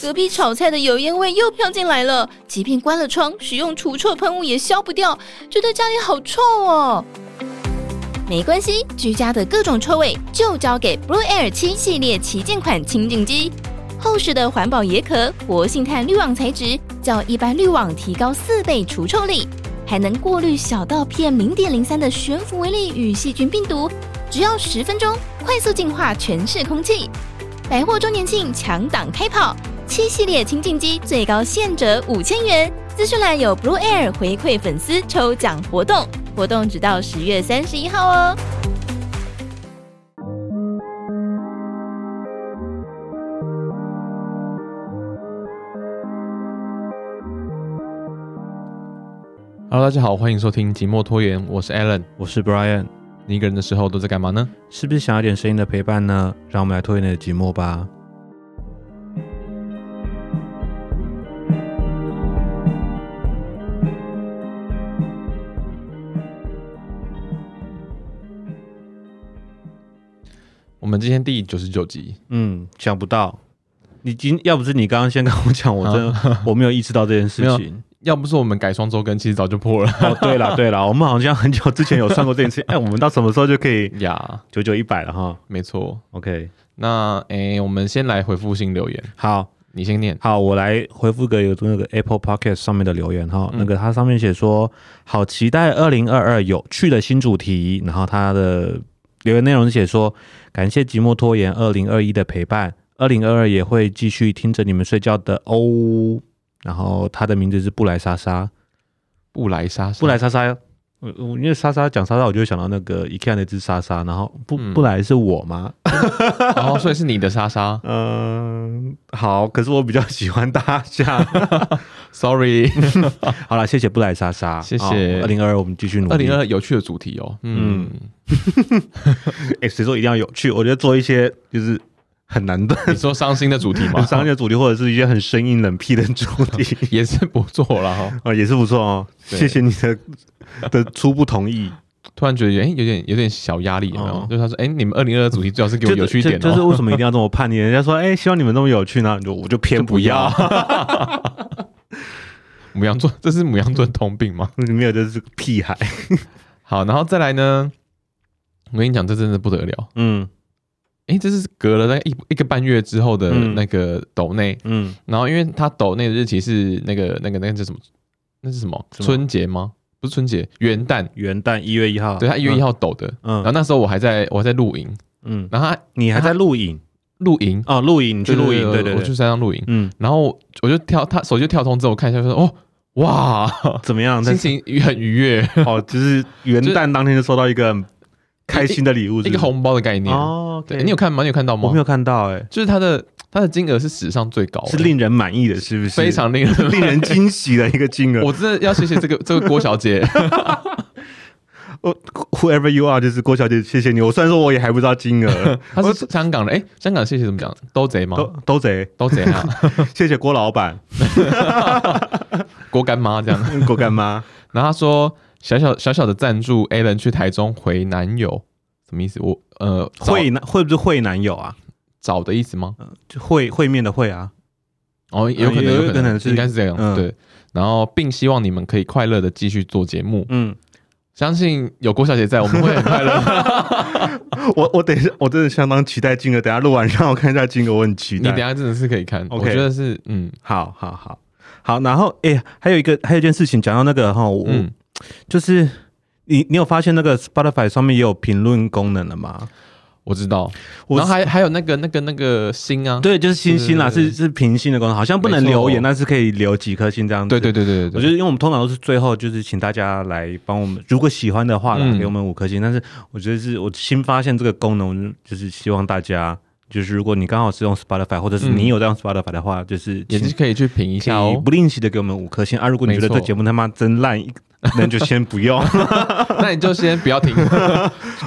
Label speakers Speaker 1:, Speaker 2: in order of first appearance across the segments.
Speaker 1: 隔壁炒菜的油烟味又飘进来了，即便关了窗，使用除臭喷雾也消不掉，觉得家里好臭哦。没关系，居家的各种臭味就交给 Blue Air 七系列旗舰款清净机。厚实的环保野壳，活性炭滤网材质较一般滤网提高四倍除臭力，还能过滤小到 PM 零点零三的悬浮微粒与细菌病毒，只要十分钟，快速净化全市空气。百货周年庆强档开跑，七系列清净机最高现折五千元。资讯栏有 Blue Air 回馈粉丝抽奖活动，活动直到十月三十一号哦。
Speaker 2: Hello，大家好，欢迎收听《寂寞拖延》，我是 Alan。
Speaker 3: 我是 Brian，
Speaker 2: 你一个人的时候都在干嘛呢？
Speaker 3: 是不是想要点声音的陪伴呢？让我们来拖延你的寂寞吧。
Speaker 2: 我们今天第九十九集，
Speaker 3: 嗯，想不到，你今要不是你刚刚先跟我 讲，我真的、我没有意识到这件事情。
Speaker 2: 要不是我们改双周更，其实早就破了
Speaker 3: 哦，对了对了，我们好像很久之前有算过这件事情。哎，我们到什么时候就可以
Speaker 2: 呀。
Speaker 3: 九九一百了哈
Speaker 2: 没错，
Speaker 3: ？OK，
Speaker 2: 那诶，我们先来回复新留言，
Speaker 3: 好
Speaker 2: 你先念。
Speaker 3: 好，我来回复个有那个 Apple Podcast 上面的留言哈。
Speaker 2: 嗯
Speaker 3: 那个它上面写说，好期待二零二二有趣的新主题。然后它的留言内容是写说，感谢寂寞拖延二零二一的陪伴，二零二二也会继续听着你们睡觉的哦。然后他的名字是布莱莎莎，
Speaker 2: 布莱莎，
Speaker 3: 布莱莎莎，我我因为莎莎讲莎莎，我就会想到那个 IKEA 那只莎莎。然后布
Speaker 2: 嗯
Speaker 3: 布莱是我吗？
Speaker 2: 哦，所以是你的莎 莎
Speaker 3: 嗯，好，可是我比较喜欢大象。
Speaker 2: ，sorry。
Speaker 3: 好了，谢谢布莱莎莎，
Speaker 2: 谢谢
Speaker 3: 二零二二，我们继续努力。
Speaker 2: 二零，二有趣的主题哦，嗯，
Speaker 3: 哎，谁说一定要有趣？我觉得做一些就是很难 的、
Speaker 2: 你说 伤心的主题吗
Speaker 3: 很？商业主题，或者是一些很生硬、冷僻的主题
Speaker 2: 也是不错啦哈。
Speaker 3: 啊、也是不错哦。
Speaker 2: 对
Speaker 3: 谢谢你的的初步同意，
Speaker 2: 突然觉得诶有点有点小压力，有没有
Speaker 3: 哦？
Speaker 2: 就是他说，诶，你们二零二主题最好是给我
Speaker 3: 就
Speaker 2: 有趣一点
Speaker 3: 就就是
Speaker 2: 哦。
Speaker 3: 为什么一定要这么叛逆？人家说， 哎、希望你们那么有趣呢，你就我就偏
Speaker 2: 就不
Speaker 3: 不要，
Speaker 2: 母羊座，这是母羊座的通病吗？
Speaker 3: 你 没有就是个屁孩。
Speaker 2: 好，然后再来呢，我跟你讲，这真的不得了。
Speaker 3: 嗯
Speaker 2: 诶，这是隔了大概一一个半月之后的
Speaker 3: 嗯
Speaker 2: 那个抖内，
Speaker 3: 嗯，
Speaker 2: 然后因为他抖内的日期是那个那个那个叫什么？那是什么？
Speaker 3: 什么
Speaker 2: 春节吗？不是春节，元旦。
Speaker 3: 元旦一月一号，
Speaker 2: 对他一月一，号抖的，
Speaker 3: 嗯
Speaker 2: 然后那时候我还在我还在露营，
Speaker 3: 嗯，
Speaker 2: 然后他
Speaker 3: 你还在录影
Speaker 2: 露营，
Speaker 3: 哦，录影，你去录影，对对
Speaker 2: 我去
Speaker 3: 对，
Speaker 2: 山上露营，
Speaker 3: 嗯，
Speaker 2: 然后我就跳他手机就跳通知，我看一下就说哦哇，
Speaker 3: 怎么样？在
Speaker 2: 心情很愉悦，
Speaker 3: 哦，就是元旦当天就收到一个很开心的礼物是
Speaker 2: 一
Speaker 3: 不是
Speaker 2: 个红包的概念。
Speaker 3: 哦，OK，
Speaker 2: 对，你有看吗？你有看到
Speaker 3: 我
Speaker 2: 吗
Speaker 3: 没？有看到哎，
Speaker 2: 就是它的它的金额是史上最高的，
Speaker 3: 是令人满意的，是不是？
Speaker 2: 哦非常令人。
Speaker 3: 令人惊喜的一个金额。
Speaker 2: 我真的要谢谢这个这个郭小 姐，
Speaker 3: 我哦 whoever you are，就是郭小姐，谢谢你。我虽然说我也还不知道 金额，
Speaker 2: 她是香港的，哎，香港谢谢怎么讲？都贼吗
Speaker 3: 都？都贼，
Speaker 2: 都贼啊，
Speaker 3: 谢谢郭老板、
Speaker 2: 郭干妈这样。
Speaker 3: 郭干妈。
Speaker 2: 然后她说小小小小的赞助 a l a n 去台中回男友，什么意思？我呃找
Speaker 3: 会呃男会不是会男友啊？
Speaker 2: 找的意思吗？
Speaker 3: 就会会面的会啊。
Speaker 2: 哦，有可能，
Speaker 3: 呃有
Speaker 2: 有
Speaker 3: 可能是
Speaker 2: 应该是这样，
Speaker 3: 嗯
Speaker 2: 对。然后，并希望你们可以快乐的继续做节目。
Speaker 3: 嗯，
Speaker 2: 相信有郭小姐在，我们会很快乐。
Speaker 3: 我我等一下，我真的相当期待金额。等一下录完让我看一下金额，我很 期
Speaker 2: 你
Speaker 3: 待。
Speaker 2: 等一下真的是可以看，我
Speaker 3: OK
Speaker 2: 觉得是，嗯
Speaker 3: 好好好好，然后哎、还有一个还有一件事情讲到那个哈，我、
Speaker 2: 嗯，
Speaker 3: 就是你你有发现那个 Spotify 上面也有评论功能了吗？
Speaker 2: 我知道。
Speaker 3: 我
Speaker 2: 然后还还有那个那个那个星啊，
Speaker 3: 对，就是星星啦，
Speaker 2: 对对
Speaker 3: 是是平星的功能，好像不能
Speaker 2: 没错
Speaker 3: 留言，但是可以留几颗星这样子。
Speaker 2: 对对对对对
Speaker 3: 我觉
Speaker 2: 对，
Speaker 3: 得，因为我们通常都是最后，就是请大家来帮我们，如果喜欢的话啦，
Speaker 2: 嗯
Speaker 3: 给我们五颗星。但是我觉得是我新发现这个功能，就是希望大家，就是如果你刚好是用 Spotify，或者是
Speaker 2: 嗯
Speaker 3: 你有在用 Spotify 的话，就是
Speaker 2: 也
Speaker 3: 请
Speaker 2: 是可以去评一下
Speaker 3: 可以
Speaker 2: 哦
Speaker 3: 不。吝惜的给我们五颗星啊！如果你觉得
Speaker 2: 没错
Speaker 3: 这节目他妈真烂，那就先不用。
Speaker 2: 那你就先不要 听，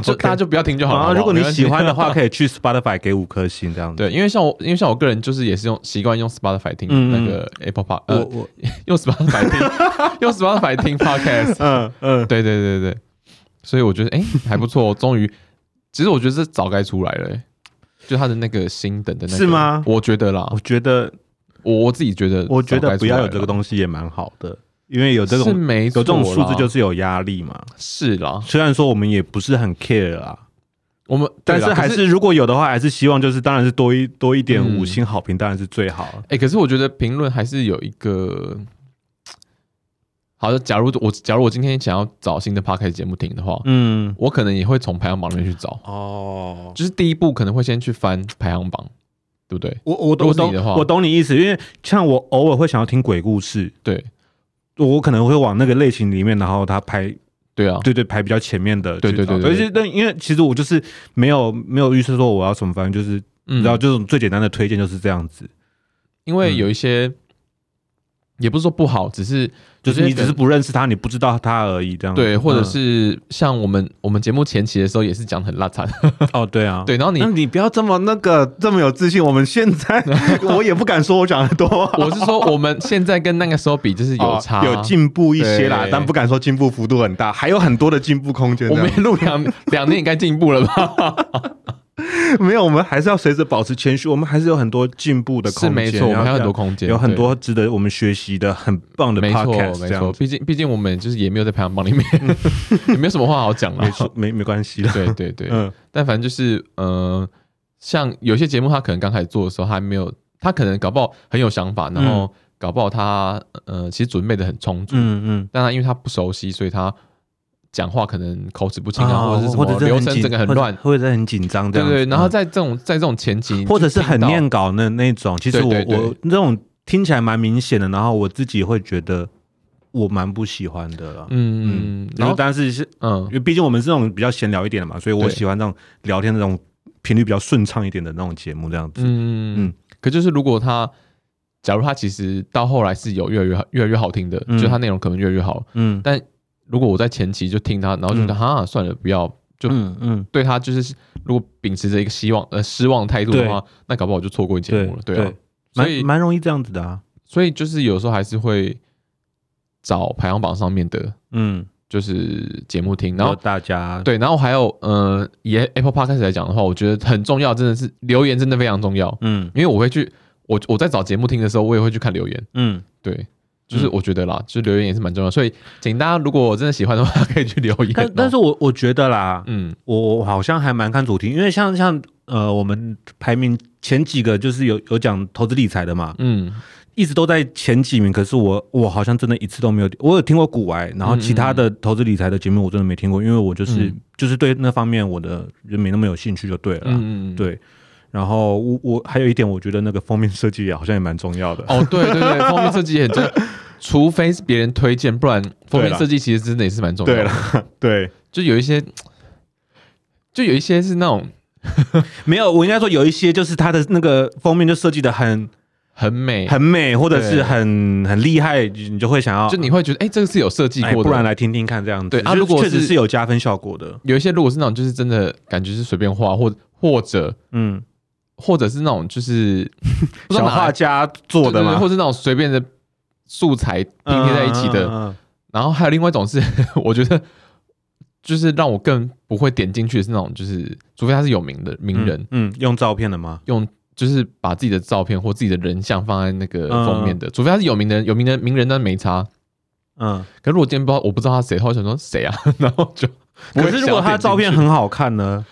Speaker 2: 就大家就不要 听就好了。好
Speaker 3: 啊，
Speaker 2: 不好
Speaker 3: 如果你喜，
Speaker 2: 没关
Speaker 3: 欢 的话，可以去 Spotify 给五颗星这样
Speaker 2: 系
Speaker 3: 子。
Speaker 2: 对，因为像我，因为像我个人就是也是用习惯用 Spotify 听
Speaker 3: 嗯
Speaker 2: 那个 Apple Pod，
Speaker 3: 我
Speaker 2: 呃，
Speaker 3: 我
Speaker 2: 用 Spotify 听， 用 Spotify 听 Podcast。
Speaker 3: 嗯嗯，
Speaker 2: 对对对对，所以我觉得哎、诶还不错、哦，终于，其实我觉得这早该出来了、诶就他的那个星等的那个
Speaker 3: 是吗
Speaker 2: 我觉得啦，
Speaker 3: 我觉得
Speaker 2: 我我自己觉得，
Speaker 3: 我觉得不要有这个
Speaker 2: 西，
Speaker 3: 东西也蛮好的，因为有这
Speaker 2: 是
Speaker 3: 种
Speaker 2: 没
Speaker 3: 有这种数字就是是有压力嘛。
Speaker 2: 是啦，
Speaker 3: 虽然说我们也不是很 care 啊啦，
Speaker 2: 我们
Speaker 3: 但
Speaker 2: 对
Speaker 3: 是
Speaker 2: 啦
Speaker 3: 还
Speaker 2: 可
Speaker 3: 是如果有的话，还是希望就是当然是多一多一点
Speaker 2: 嗯
Speaker 3: 五星好评，当然是最好了。
Speaker 2: 哎、可是我觉得评论还是有一个，好的。假如我假如我今天想要找新的 podcast 节目听的话，
Speaker 3: 嗯，
Speaker 2: 我可能也会从排行榜里面去找，
Speaker 3: 哦，
Speaker 2: 就是第一步可能会先去翻排行榜，对不对？
Speaker 3: 我我懂
Speaker 2: 如
Speaker 3: 我
Speaker 2: 果是你的话
Speaker 3: 懂我懂你意思，因为像我偶尔会想要听鬼故事，
Speaker 2: 对
Speaker 3: 我可能会往那个类型里面，然后他排
Speaker 2: 对啊，
Speaker 3: 对对排比较前面的
Speaker 2: 对
Speaker 3: 去
Speaker 2: 对
Speaker 3: 找，
Speaker 2: 对对
Speaker 3: 而且但因为其实我就是没有没有预设说我要什么，反正就是
Speaker 2: 嗯
Speaker 3: 然后这种最简单的推荐就是这样子，
Speaker 2: 因为有一些、也不是说不好，只是
Speaker 3: 就是
Speaker 2: 有些
Speaker 3: 你只是
Speaker 2: 人
Speaker 3: 不认识他，你不知道他而已，这样
Speaker 2: 对，或者
Speaker 3: 嗯
Speaker 2: 是像我们我们节目前期的时候也是讲得很拉惨，
Speaker 3: 哦，对啊，
Speaker 2: 对，然后你
Speaker 3: 那你不要这么那个这么有自信。我们 现在我也不敢说我讲的多啊、
Speaker 2: 我是说我们现在跟那个时候比就是 有差、啊
Speaker 4: 哦有进步一些啦
Speaker 2: 对，
Speaker 4: 但不敢说进步幅度很大，还有很多的进步空间
Speaker 2: 我
Speaker 4: 这样。
Speaker 2: 们录两两年，应该进步了吧？
Speaker 3: 没有，我们还是要随着保持谦虚，我们还是有很多进步的空
Speaker 2: 是
Speaker 3: 间，
Speaker 2: 没错，我们还有很多空间，
Speaker 3: 有很
Speaker 2: 对
Speaker 3: 多值得我们学习的很棒的
Speaker 2: 没错，
Speaker 3: podcast，
Speaker 2: 没
Speaker 3: 这
Speaker 2: 错，
Speaker 3: 样子
Speaker 2: 毕竟毕竟我们就是也没有在排行榜 里面，也没有什么话好讲
Speaker 3: 没
Speaker 2: 了。
Speaker 3: 错，没没关系的。
Speaker 2: 对对对，
Speaker 3: 嗯，
Speaker 2: 但反正就是呃，像有些节目他可能刚开始做的时候他还没有，他可能搞不好很有想法，然后搞不好他呃其实准备的很充足，
Speaker 3: 嗯嗯，
Speaker 2: 但他因为他不熟悉，所以他讲话可能口齿不清啊，
Speaker 3: 啊
Speaker 2: 或者是什
Speaker 3: 或
Speaker 2: 么
Speaker 3: 者是
Speaker 2: 流
Speaker 3: 很
Speaker 2: 程
Speaker 3: 紧
Speaker 2: 整个很乱，
Speaker 3: 或者是很紧张这
Speaker 2: 对
Speaker 3: 样子，
Speaker 2: 对。然后
Speaker 3: 嗯
Speaker 2: 在这种在这种前期，
Speaker 3: 或者是很
Speaker 2: 你就听到嗯
Speaker 3: 念稿那那种，其实我
Speaker 2: 对对对
Speaker 3: 我那种听起来蛮明显的，然后我自己会觉得我蛮不喜欢的啦。
Speaker 2: 嗯，嗯然
Speaker 3: 然后
Speaker 2: 后
Speaker 3: 但是是
Speaker 2: 嗯
Speaker 3: 因。为毕竟我们是那种比较闲聊一点的嘛，所以我
Speaker 2: 对
Speaker 3: 喜欢这种聊天的那种频率比较顺畅一点的那种节目，这样子。
Speaker 2: 嗯嗯
Speaker 3: 嗯，
Speaker 2: 可就是如果他，假如他其实到后来是有越来越好越来越好听的，
Speaker 3: 嗯
Speaker 2: 就他内容可能越来越好。
Speaker 3: 嗯
Speaker 2: 但如果我在前期就听他，然后就觉得哈、算了，不要就
Speaker 3: 嗯嗯，
Speaker 2: 对他就是如果秉持着一个希望呃失望态度的话，那搞不好我就错过你节目了，对啊。所以
Speaker 3: 蛮蛮容易这样子的啊。
Speaker 2: 所以就是有时候还是会找排行榜上面的，
Speaker 3: 嗯，
Speaker 2: 就是节目听，然
Speaker 3: 然后
Speaker 2: 后。
Speaker 3: 大家
Speaker 2: 对，然后还有，呃，以 Apple Podcast 来讲的话，我觉得很重要，真的是留言真的非常重要。
Speaker 3: 嗯
Speaker 2: 因为我会去，我我在找节目听的时候，我也会去看留言。
Speaker 3: 嗯，
Speaker 2: 对，就是我觉得啦，就是留言也是蛮重要，所以请大家如果真的喜欢的话， 可以去留言哦、
Speaker 3: 但但是我我觉得啦，
Speaker 2: 嗯，
Speaker 3: 我我好像还蛮看主题，因为像像呃，我们排名前几个就是有有讲投资理财的嘛，
Speaker 2: 嗯
Speaker 3: 一直都在前几名，可是我我好像真的一次都没有，我有听过股癌，然后其他的投资理财的节目我真的没听过，因为我就是、
Speaker 2: 嗯
Speaker 3: 就是对那方面我的就没那么有兴趣就对
Speaker 2: 嗯
Speaker 3: 了啦，
Speaker 2: 嗯，嗯，
Speaker 3: 对。啊然后我我还有一点，我觉得那个封面设计也好像也蛮重要的。
Speaker 2: 哦，对对对，封面设计也很重要，除非是别人推荐，不然封面设计其实真的也是蛮重要
Speaker 4: 对
Speaker 2: 的。
Speaker 4: 了， 对，
Speaker 2: 就有一些，就有一些是那种
Speaker 3: 没有，我应该说有一些就是它的那个封面就设计的很
Speaker 2: 很美，
Speaker 3: 很美，或者
Speaker 2: 对
Speaker 3: 是很很厉害，你就会想要
Speaker 2: 就你会觉得，哎、这个是有设计
Speaker 3: 哎
Speaker 2: 过
Speaker 3: 不
Speaker 2: 的。
Speaker 3: 然来听听看这样子。
Speaker 2: 对啊
Speaker 3: 就
Speaker 2: 如果
Speaker 3: 确实
Speaker 2: 是
Speaker 3: 是有加分效果的，
Speaker 2: 有一些如果是那种，就是真的感觉是随便画，或或者
Speaker 3: 嗯，
Speaker 2: 或者是那种就是不知道
Speaker 4: 小
Speaker 2: 哪来
Speaker 4: 画家做的
Speaker 2: 对对对
Speaker 4: 嘛
Speaker 2: 或，是那种随便的素材拼贴在一起的。
Speaker 3: 嗯。嗯嗯嗯
Speaker 2: 然后还有另外一种是， 我觉得就是让我更不会点进去的是那种，就是除非他是有名的名人，
Speaker 3: 嗯，嗯用照片的吗？
Speaker 2: 用就是把自己的照片或自己的人像放在那个封面的，除非他是有名的人，有名的名人那没差。
Speaker 3: 嗯，
Speaker 2: 可是我今天不知道，我不知道他谁，后来想说谁啊， 然后就不
Speaker 3: 可
Speaker 2: 会
Speaker 3: 是
Speaker 2: 想
Speaker 3: 如
Speaker 2: 要
Speaker 3: 果他
Speaker 2: 点进
Speaker 3: 照片
Speaker 2: 去
Speaker 3: 很好看呢？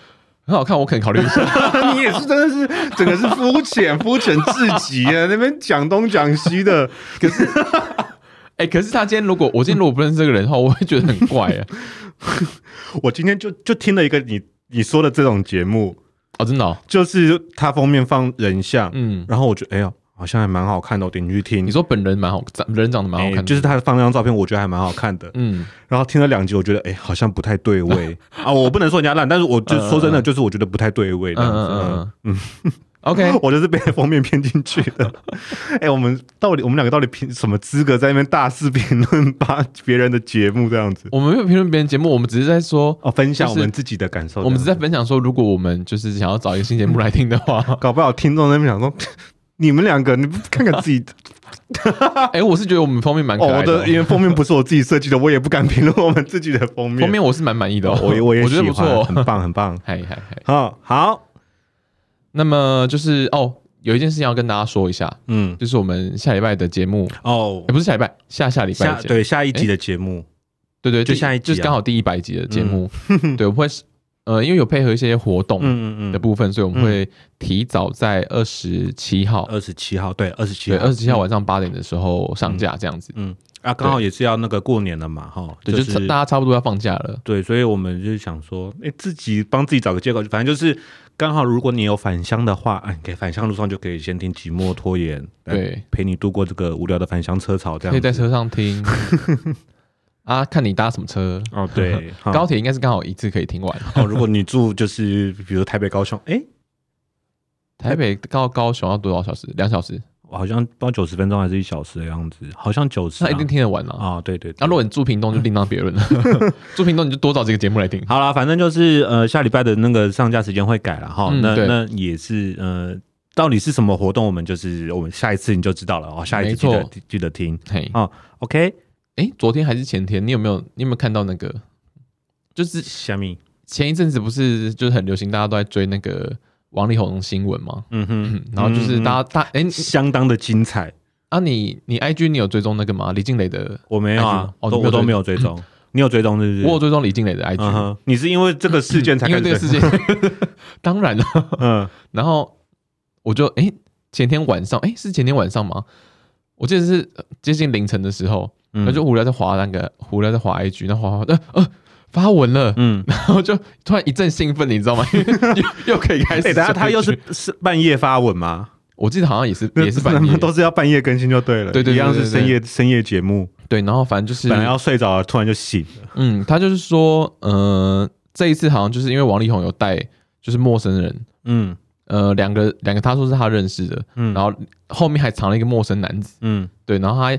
Speaker 2: 很好看，我可能考虑一 下。
Speaker 4: 你也是真的是整个是肤浅肤浅至极啊！那边讲东讲 西的，
Speaker 2: 哎、可是他今天如果我今天如果不认识这个人的话，我会觉得很怪啊。
Speaker 4: 我今天就就听了一个你你说的这种节目，
Speaker 2: 哦，真的、哦，
Speaker 4: 就是它封面放人像，
Speaker 2: 嗯，
Speaker 3: 然后我觉得，哎呦，好像还蛮好看的，我点进去听。
Speaker 2: 你说本人蛮好，长人长得蛮好
Speaker 3: 哎
Speaker 2: 看的，
Speaker 3: 就是他放那张照片，我觉得还蛮好看的。
Speaker 2: 嗯，
Speaker 3: 然后听了两集，我觉得哎、好像不太 对味啊。我不能说人家烂，但是我就
Speaker 2: 嗯
Speaker 3: 说真的，
Speaker 2: 嗯
Speaker 3: 就是我觉得不太对味这样子。嗯
Speaker 2: 嗯嗯，OK，
Speaker 4: 我就是被封面骗进去 的。哎、我们到底我们两个到底凭什么资格在那边大肆评论把别人的节目这样子？
Speaker 2: 我们没有评论别人节目，我们只是在说，
Speaker 4: 哦，分
Speaker 2: 享
Speaker 4: 享
Speaker 2: 我
Speaker 4: 我
Speaker 2: 们
Speaker 4: 们自己的感受。
Speaker 2: 我们只是在分享说，如果我们就是想要找一个新节目来听的 话，
Speaker 4: 搞不好听众在那边想说， 你们两个，你不看看 自己。
Speaker 2: 哎、我是觉得我们封面蛮可
Speaker 4: 哦，我
Speaker 2: 爱的哦、
Speaker 4: 的因为封面不是我自己设计的，我也不敢评论我们自己的封面。
Speaker 2: 封面我是蛮满意的哦、
Speaker 4: 我也我也
Speaker 2: 我觉得
Speaker 4: 喜
Speaker 2: 不错
Speaker 4: 欢，
Speaker 2: 哦，
Speaker 4: 很棒很棒。
Speaker 2: 嗨嗨嗨。
Speaker 3: 好好，
Speaker 2: 那么就是哦，有一件事情要跟大家说一下，
Speaker 3: 嗯，
Speaker 2: 就是我们下礼拜的节目，
Speaker 3: 哦
Speaker 2: 也，不是下礼拜，下下礼拜的
Speaker 3: 下
Speaker 2: 节目
Speaker 3: 对下一集的节目，
Speaker 2: 对对，
Speaker 3: 就
Speaker 2: 第
Speaker 3: 下一集
Speaker 2: 就是
Speaker 3: 啊嗯
Speaker 2: 刚好第一百集的节目，对，我们会呃，因为有配合一些活动
Speaker 3: 嗯嗯
Speaker 2: 的
Speaker 3: 嗯，
Speaker 2: 部分，所以我们会提早在二十七号，
Speaker 3: 二十七号，对，二十七
Speaker 2: 对，
Speaker 3: 号，
Speaker 2: 二十七号晚上八点的时候上架这样子，
Speaker 3: 嗯啊，刚好也是要那个过年了嘛，哈，
Speaker 2: 对，就是
Speaker 3: 是
Speaker 2: 大家差不多要放假了，
Speaker 3: 对，所以我们就是想说，哎、自己帮自己找个借口，反正就是刚好，如果你有返乡的话，哎、你可以返乡路上就可以先听《寂寞拖延》，来
Speaker 2: 对，
Speaker 3: 陪你度过这个无聊的返乡车潮，这
Speaker 2: 可以
Speaker 3: 样
Speaker 2: 在
Speaker 3: 子。
Speaker 2: 车上听 啊，看你搭什么车，
Speaker 3: 哦，对，哈
Speaker 2: 高铁应该是刚好一次可以听完，
Speaker 3: 哦，如果你住就是比如台北、高雄，哎、
Speaker 2: 台北到高雄要多少小时？两小时，
Speaker 3: 我好像不知道九十分钟还是一小时的样子，好像九十、
Speaker 2: 那一定听得完了。
Speaker 3: 啊、哦，对对
Speaker 2: 那、
Speaker 3: 对。
Speaker 2: 如果你住屏东就另当别 论了，住屏东你就多找几个节目来听。
Speaker 3: 好啦，反正就是呃，下礼拜的那个上架时间会改了哈、
Speaker 2: 嗯
Speaker 3: 那
Speaker 2: 对
Speaker 3: 那也是呃，到底是什么活动，我们就是我们下一次你就知道了哦。下一次记
Speaker 2: 没
Speaker 3: 得
Speaker 2: 错
Speaker 3: 记记得听
Speaker 2: 嘿，
Speaker 3: 哦。OK，
Speaker 2: 哎，昨天还是前天，你有没有你有没有看到那个？就是
Speaker 3: 虾米，
Speaker 2: 前一阵子不是就是很流行，大家都在追那个王力宏的新闻嘛，
Speaker 3: 嗯哼，嗯
Speaker 2: 然后就是大家大哎、你
Speaker 3: 相当的精彩。
Speaker 2: 啊你你 IG 你有追踪那个吗？李静蕾的，
Speaker 3: 我没有啊，
Speaker 2: 哦
Speaker 3: 都
Speaker 2: 你没有
Speaker 3: 我都
Speaker 2: 追
Speaker 3: 没有追踪，你有追踪是不是？
Speaker 2: 我有追踪李静蕾的 IG，、
Speaker 3: 嗯哼，你是因为这个事件才
Speaker 2: 因
Speaker 3: 开
Speaker 2: 为
Speaker 3: 始
Speaker 2: 这个事
Speaker 3: 追
Speaker 2: 件，当然了。
Speaker 3: 嗯
Speaker 2: 然后我就哎、诶前天晚上哎、诶是前天晚上吗？我记得是呃接近凌晨的时候，
Speaker 3: 嗯
Speaker 2: 那、就无聊在滑那个无聊在滑 IG，那滑滑滑呃呃发文了，
Speaker 3: 嗯，
Speaker 2: 然后就突然一阵兴奋，你知道吗？因为 又又可以 开
Speaker 3: 哎，
Speaker 2: 始。
Speaker 3: 等下他又是，是半夜发文吗？
Speaker 2: 我记得好像也是
Speaker 4: 那
Speaker 2: 也是半夜
Speaker 4: 都是要半夜更新就对了，
Speaker 2: 对对对
Speaker 4: 一样是
Speaker 2: 对对
Speaker 4: 深夜深夜节目，
Speaker 2: 对，然后反正就是
Speaker 3: 本来要睡着了，突然就醒了。
Speaker 2: 嗯，他就是说，呃，这一次好像就是因为王力宏有带就是陌生人，
Speaker 3: 嗯
Speaker 2: 呃，两个两个他说是他认识的，
Speaker 3: 嗯
Speaker 2: 然后后面还藏了一个陌生男子。
Speaker 3: 嗯
Speaker 2: 对，然后他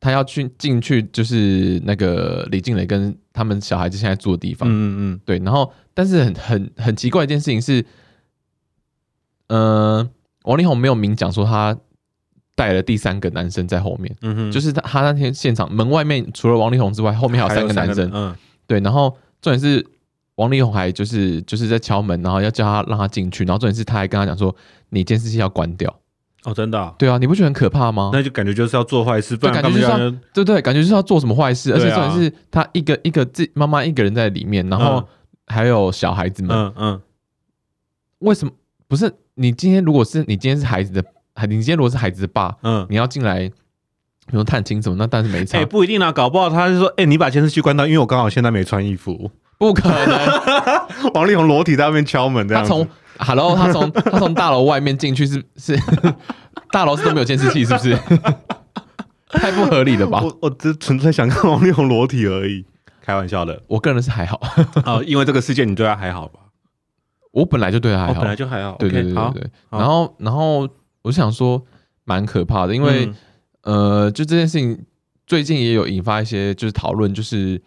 Speaker 2: 他要去进去，就是那个李静蕾跟他们小孩子现在住的地方。
Speaker 3: 嗯嗯
Speaker 2: 对，然后但是很很很奇怪一件事情是，呃，王力宏没有明讲说他带了第三个男生在后面，
Speaker 3: 嗯哼，
Speaker 2: 就是他他那天现场门外面除了王力宏之外，后面还有三个男生。
Speaker 3: 嗯
Speaker 2: 对，然后重点是。王力宏还就是就是在敲门，然后要叫他让他进去，然后重点是他还跟他讲说你监视器要关掉，
Speaker 3: 哦，真的啊，
Speaker 2: 对啊，你不觉得很可怕吗？
Speaker 3: 那就感觉就是要做坏事，不然
Speaker 2: 感
Speaker 3: 他
Speaker 2: 觉
Speaker 3: 们
Speaker 2: 就是要
Speaker 3: 让人
Speaker 2: 对对，感觉就是要做什么坏事，而且
Speaker 3: 对啊
Speaker 2: 重点是他一个一个自己妈妈一个人在里面，然后还有小孩子们，
Speaker 3: 嗯嗯
Speaker 2: 为什么不是你今天如果是你今天是孩子的，你今天如果是孩子的爸，
Speaker 3: 嗯。
Speaker 2: 你要进来，比如探亲什么，那但是没差，
Speaker 3: 哎，不一定啊，搞不好他是说，哎，你把监视器关掉，因为我刚好现在没穿衣服。
Speaker 2: 不可能，
Speaker 4: 王力宏裸体在那边敲门这
Speaker 2: 他
Speaker 4: 样子，
Speaker 2: 从 Hello，他从他从大楼外面进去是 是大楼是都没有监视器，是不 是？太不合理了吧？我
Speaker 4: 我我只纯粹想看王力宏裸体而已。
Speaker 3: 开玩 笑的
Speaker 2: 个人是还好，
Speaker 3: 哦，因为这个事件你对他还好吧？
Speaker 2: 我本来就对他还
Speaker 3: 我
Speaker 2: 好，
Speaker 3: 本来就还好，
Speaker 2: 对对
Speaker 3: OK，
Speaker 2: 对
Speaker 3: 好
Speaker 2: 对对。
Speaker 3: 好
Speaker 2: 然后然后我就想说，蛮可怕的，因为、
Speaker 3: 嗯
Speaker 2: 呃，就这件事情最近也有引发一些就是讨论，就是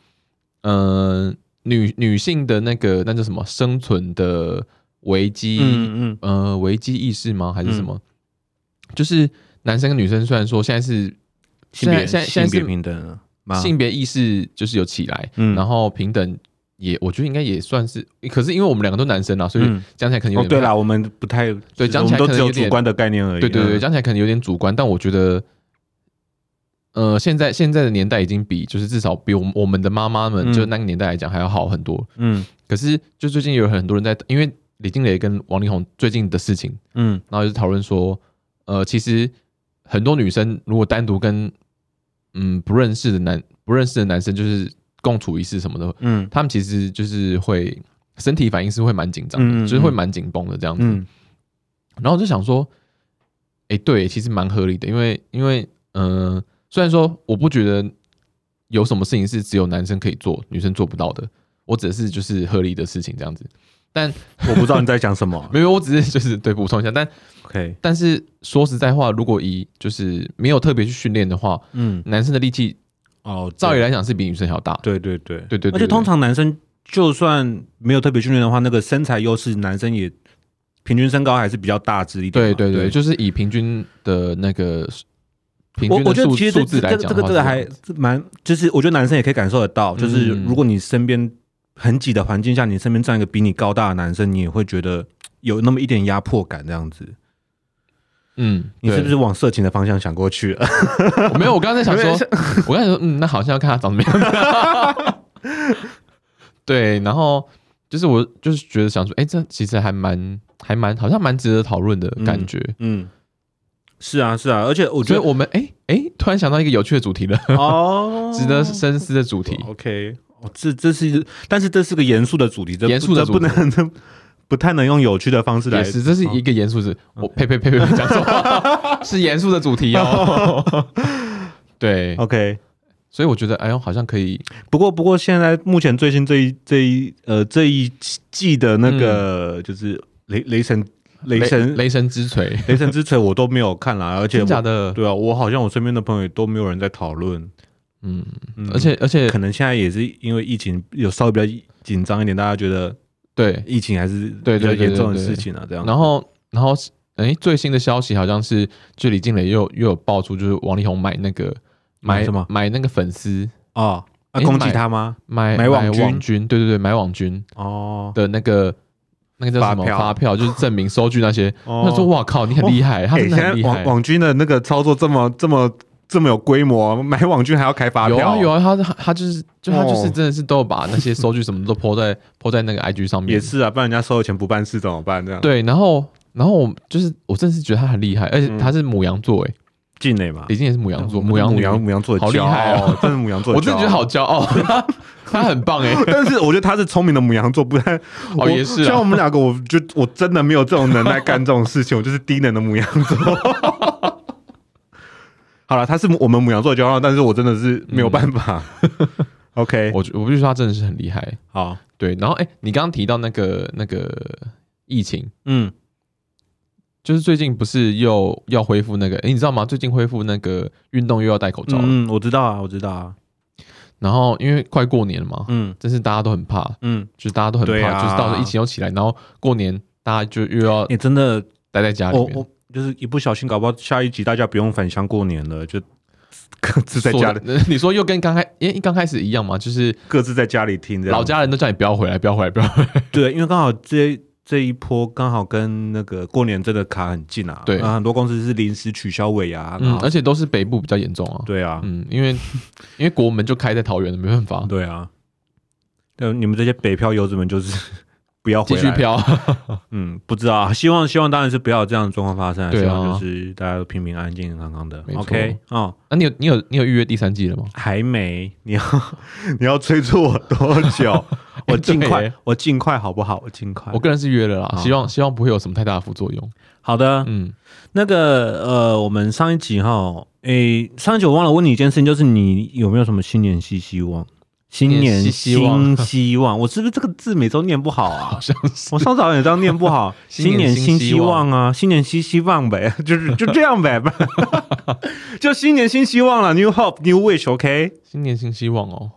Speaker 2: 呃女女性的那个那叫什么生存的危机，
Speaker 3: 嗯嗯嗯
Speaker 2: 呃危机意识吗？还是什么？就是男生跟女生虽然说现在是
Speaker 3: 性别
Speaker 2: 现在现在
Speaker 3: 性别
Speaker 2: 是
Speaker 3: 平等了吗？
Speaker 2: 性别意识就是有起来，
Speaker 3: 嗯
Speaker 2: 然后平等。也，我觉得应该也算是，可是因为我们两个都男生啦，啊所以
Speaker 3: 嗯
Speaker 2: 讲起来可能有
Speaker 3: 哦，
Speaker 2: 点
Speaker 3: 对
Speaker 2: 不太
Speaker 3: 啦，我们不太
Speaker 2: 对
Speaker 3: 就是
Speaker 2: 讲
Speaker 3: 我
Speaker 2: 起
Speaker 3: 们
Speaker 2: 来
Speaker 3: 都
Speaker 2: 可能
Speaker 3: 只
Speaker 2: 有
Speaker 3: 有
Speaker 2: 点
Speaker 3: 主观的概念而已。
Speaker 2: 对对对，
Speaker 3: 嗯，
Speaker 2: 讲起来可能有点主观，但我觉得，呃，现在现在的年代已经比就是至少比我们我们的妈妈们，
Speaker 3: 嗯
Speaker 2: 就是那个年代来讲还要好很多。
Speaker 3: 嗯
Speaker 2: 可是就最近有很多人在，因为李金磊跟王力宏最近的事情，
Speaker 3: 嗯
Speaker 2: 然后就讨论说，呃，其实很多女生如果单独跟嗯不认识的男不认识的男生就是共处一室什么的，
Speaker 3: 嗯
Speaker 2: 他们其实就是会身体反应是会蛮紧张的，
Speaker 3: 嗯嗯
Speaker 2: 就是会蛮紧绷的这样子。
Speaker 3: 嗯
Speaker 2: 然后我就想说，哎、对，其实蛮合理的，因为因为嗯、呃虽然说我不觉得有什么事情是只有男生可以做，女生做不到的，我只是就是合理的事情这样子。但。
Speaker 3: 我不知道你在讲什么
Speaker 2: 没有，我只是就是对补充一下，但
Speaker 3: OK，
Speaker 2: 但是说实在话，如果以就是没有特别去训练的话，
Speaker 3: 嗯，
Speaker 2: 男生的力气
Speaker 3: 哦，
Speaker 2: 照理
Speaker 3: 来，
Speaker 2: 来讲是比女生还要大的。
Speaker 3: 对对对
Speaker 2: 对对对
Speaker 3: 而且通常男生就算没有特别训练的话，那个身材优势，男生也平均身高还是比较大只一点
Speaker 2: 对
Speaker 3: 嘛。
Speaker 2: 对对，
Speaker 3: 对，
Speaker 2: 就是以平均的那个平
Speaker 3: 我
Speaker 2: 均的
Speaker 3: 我觉
Speaker 2: 数
Speaker 3: 得其实
Speaker 2: 数
Speaker 3: 这
Speaker 2: 字
Speaker 3: 这
Speaker 2: 来
Speaker 3: 个
Speaker 2: 讲
Speaker 3: 这
Speaker 2: 的
Speaker 3: 个
Speaker 2: 话
Speaker 3: 这
Speaker 2: 是这
Speaker 3: 个还
Speaker 2: 样子
Speaker 3: 蛮，就是我觉得男生也可以感受得到，就是
Speaker 2: 嗯
Speaker 3: 如果你身边很挤的环境下，你身边站一个比你高大的男生，你也会觉得有那么一点压迫感这样子。
Speaker 2: 嗯，
Speaker 3: 你是不
Speaker 2: 对
Speaker 3: 是往色情的方向想过去了？
Speaker 2: 我 没有，我刚才在想
Speaker 4: 有点
Speaker 2: 说，我刚才说，嗯，那好像要看他长什么样。 对，然后就是我就是觉得想说，哎、这其实还蛮还蛮好像蛮值得讨论的感觉。
Speaker 3: 嗯， 是啊，是啊，而且
Speaker 2: 所
Speaker 3: 我觉
Speaker 2: 以
Speaker 3: 得
Speaker 2: 我们哎哎、诶突然想到一个有趣的主题了，
Speaker 3: 哦
Speaker 2: 值得深思的主题。
Speaker 3: OK，
Speaker 4: 哦
Speaker 3: 这这是，但是这是个严肃的主题，这不
Speaker 2: 严肃的
Speaker 3: 这不
Speaker 2: 主
Speaker 3: 能，
Speaker 4: 这不太能用有趣的方式来
Speaker 2: 也。是，这是一个严
Speaker 3: 嗯
Speaker 2: 肃的，我呸呸呸呸，呸讲错 话，是严肃的主题哦。对，
Speaker 3: OK。
Speaker 2: 所以我觉得，哎呦，好像可以，
Speaker 3: 不过，不过现在目前最新这一这一呃这一季的那个、就是雷雷神雷神雷
Speaker 2: 嗯雷神之锤，
Speaker 3: 神之锤我都没有看啦，而且
Speaker 2: 真假
Speaker 3: 我
Speaker 2: 的，
Speaker 3: 对啊，我好像我身边的朋友都没有人在讨论，
Speaker 2: 嗯，
Speaker 3: 嗯
Speaker 2: 而且而且
Speaker 3: 可能现在也是因为疫情有稍微比较紧张一点，大家觉得
Speaker 2: 对，
Speaker 3: 疫情还是
Speaker 2: 对
Speaker 3: 比较
Speaker 2: 对对
Speaker 3: 严重的
Speaker 2: 对对
Speaker 3: 事情啊，这样。
Speaker 2: 然后，然后，哎，最新的消息好像是，就李静蕾又又有爆出，就是王力宏买那个买
Speaker 3: 买什么
Speaker 2: 买那个粉丝
Speaker 3: 哦，啊，
Speaker 2: 诶
Speaker 3: 攻击
Speaker 2: 买
Speaker 3: 他吗？
Speaker 2: 买
Speaker 3: 买网
Speaker 2: 网
Speaker 3: 军
Speaker 2: 军，对对对，买网军
Speaker 3: 哦，
Speaker 2: 的那个那个叫什么
Speaker 3: 发票
Speaker 2: 发票，就是证明收据那 些。
Speaker 4: 哦
Speaker 2: 他说：“哇靠，你很厉害，他
Speaker 4: 哎
Speaker 2: 真的
Speaker 4: 现在
Speaker 2: 很厉害
Speaker 4: 网。网军的那个操作这么这么这么有规模，买网军还要开发
Speaker 2: 有
Speaker 4: 票，
Speaker 2: 啊有啊，他他他就是就他就是
Speaker 4: 哦
Speaker 2: 真的是都有把那些收据什么都 po 在 po 在 那个 IG 上面，
Speaker 3: 也是啊，不然人家收了钱不办事怎么办？这样
Speaker 2: 对。然后然后我就是我真的是觉得他很厉害，而且他是母羊座，哎，
Speaker 3: 境内嘛
Speaker 2: 李，静也是母羊座，母羊
Speaker 3: 母
Speaker 2: 女
Speaker 3: 羊母羊座嗯哦的
Speaker 2: 好厉
Speaker 3: 骄傲
Speaker 2: 害哦，
Speaker 3: 真的母羊座，
Speaker 2: 我真的觉得好。骄傲， 他他很棒哎、
Speaker 4: 但是我觉得他是聪明的母羊座，不然
Speaker 2: 哦
Speaker 4: 我
Speaker 2: 也是啊
Speaker 4: 像我们两个，我就我真的没有这种能耐干这种事情，我就是低能的母羊座。 好了，他是我们母羊座的骄傲，但是我真的是没有办法。OK，
Speaker 2: 我觉我必须说他真的是很厉害。
Speaker 3: 好，
Speaker 2: 对，然后哎、你刚刚提到那个那个疫情，
Speaker 3: 嗯，
Speaker 2: 就是最近不是又要恢复那个、哎你知道吗？最近恢复那个运动又要戴口罩了。
Speaker 3: 嗯，我知道啊，我知道啊，
Speaker 2: 然后因为快过年了嘛，
Speaker 3: 嗯
Speaker 2: 真是大家都很怕，
Speaker 3: 嗯，
Speaker 2: 就是大家都很
Speaker 3: 对
Speaker 2: 怕，
Speaker 3: 啊
Speaker 2: 就是到时候疫情又起来，然后过年大家就又 要
Speaker 3: 你真的，
Speaker 2: 待在家里
Speaker 3: 我
Speaker 2: 面，
Speaker 3: 哦我就是一不小心，搞不好下一集大家不用返乡过年了，就
Speaker 4: 各自在家里，
Speaker 2: 说的。你 说又跟刚开，因为刚开始一样嘛，就是
Speaker 4: 各自在家里听这样。
Speaker 2: 老家人都叫你不要回来，不要回来，不要回来。
Speaker 3: 对，因为刚好这这一波刚好跟那个过年真的卡很近啊，
Speaker 2: 对
Speaker 3: 啊，很多公司是临时取消尾牙，然
Speaker 2: 嗯，
Speaker 3: 后
Speaker 2: 而且都是北部比较严重啊。
Speaker 3: 对啊，
Speaker 2: 嗯，因为 因为国门就开在桃园了，没办 法，
Speaker 3: 对啊，对，你们这些北漂游子们就是 不要
Speaker 2: 继
Speaker 3: 回
Speaker 2: 续
Speaker 3: 来，
Speaker 2: 飘。 啊
Speaker 3: 嗯，不知道啊，希望希望当然是不要有这样的状况发生啊，
Speaker 2: 对啊
Speaker 3: 希望就是大家都平平安安、健健康康的
Speaker 2: 没错
Speaker 3: ，OK，哦，
Speaker 2: 那、你有你有你有预约第三季了吗？
Speaker 3: 还没，你要
Speaker 4: 你要催促我多 久？
Speaker 3: 我尽
Speaker 2: 对
Speaker 3: 快
Speaker 2: 耶，
Speaker 3: 我尽快好不好？我尽快
Speaker 2: 我，个人是约了啦，
Speaker 3: 好
Speaker 2: 希望希望不会有什么太大的副作用。
Speaker 3: 好的，
Speaker 2: 嗯，
Speaker 3: 那个呃，我们上一集哈，诶、上一集我忘了问你一件事情，就是你有没有什么新年新希望？新
Speaker 2: 年
Speaker 3: 年
Speaker 2: 新希望
Speaker 3: 新希望， 我是不是这个字每周念不好啊
Speaker 2: 好？ 像是
Speaker 3: 我上次好像也这样念不好，
Speaker 2: 新
Speaker 3: 新
Speaker 2: 年
Speaker 3: 年
Speaker 2: 新
Speaker 3: 新
Speaker 2: 希
Speaker 3: 希
Speaker 2: 望
Speaker 3: 望啊，新年新希望呗， 就是就这样呗， 不然就新年新希望了，New Hope New Wish，OK，、
Speaker 2: 新年新希望哦，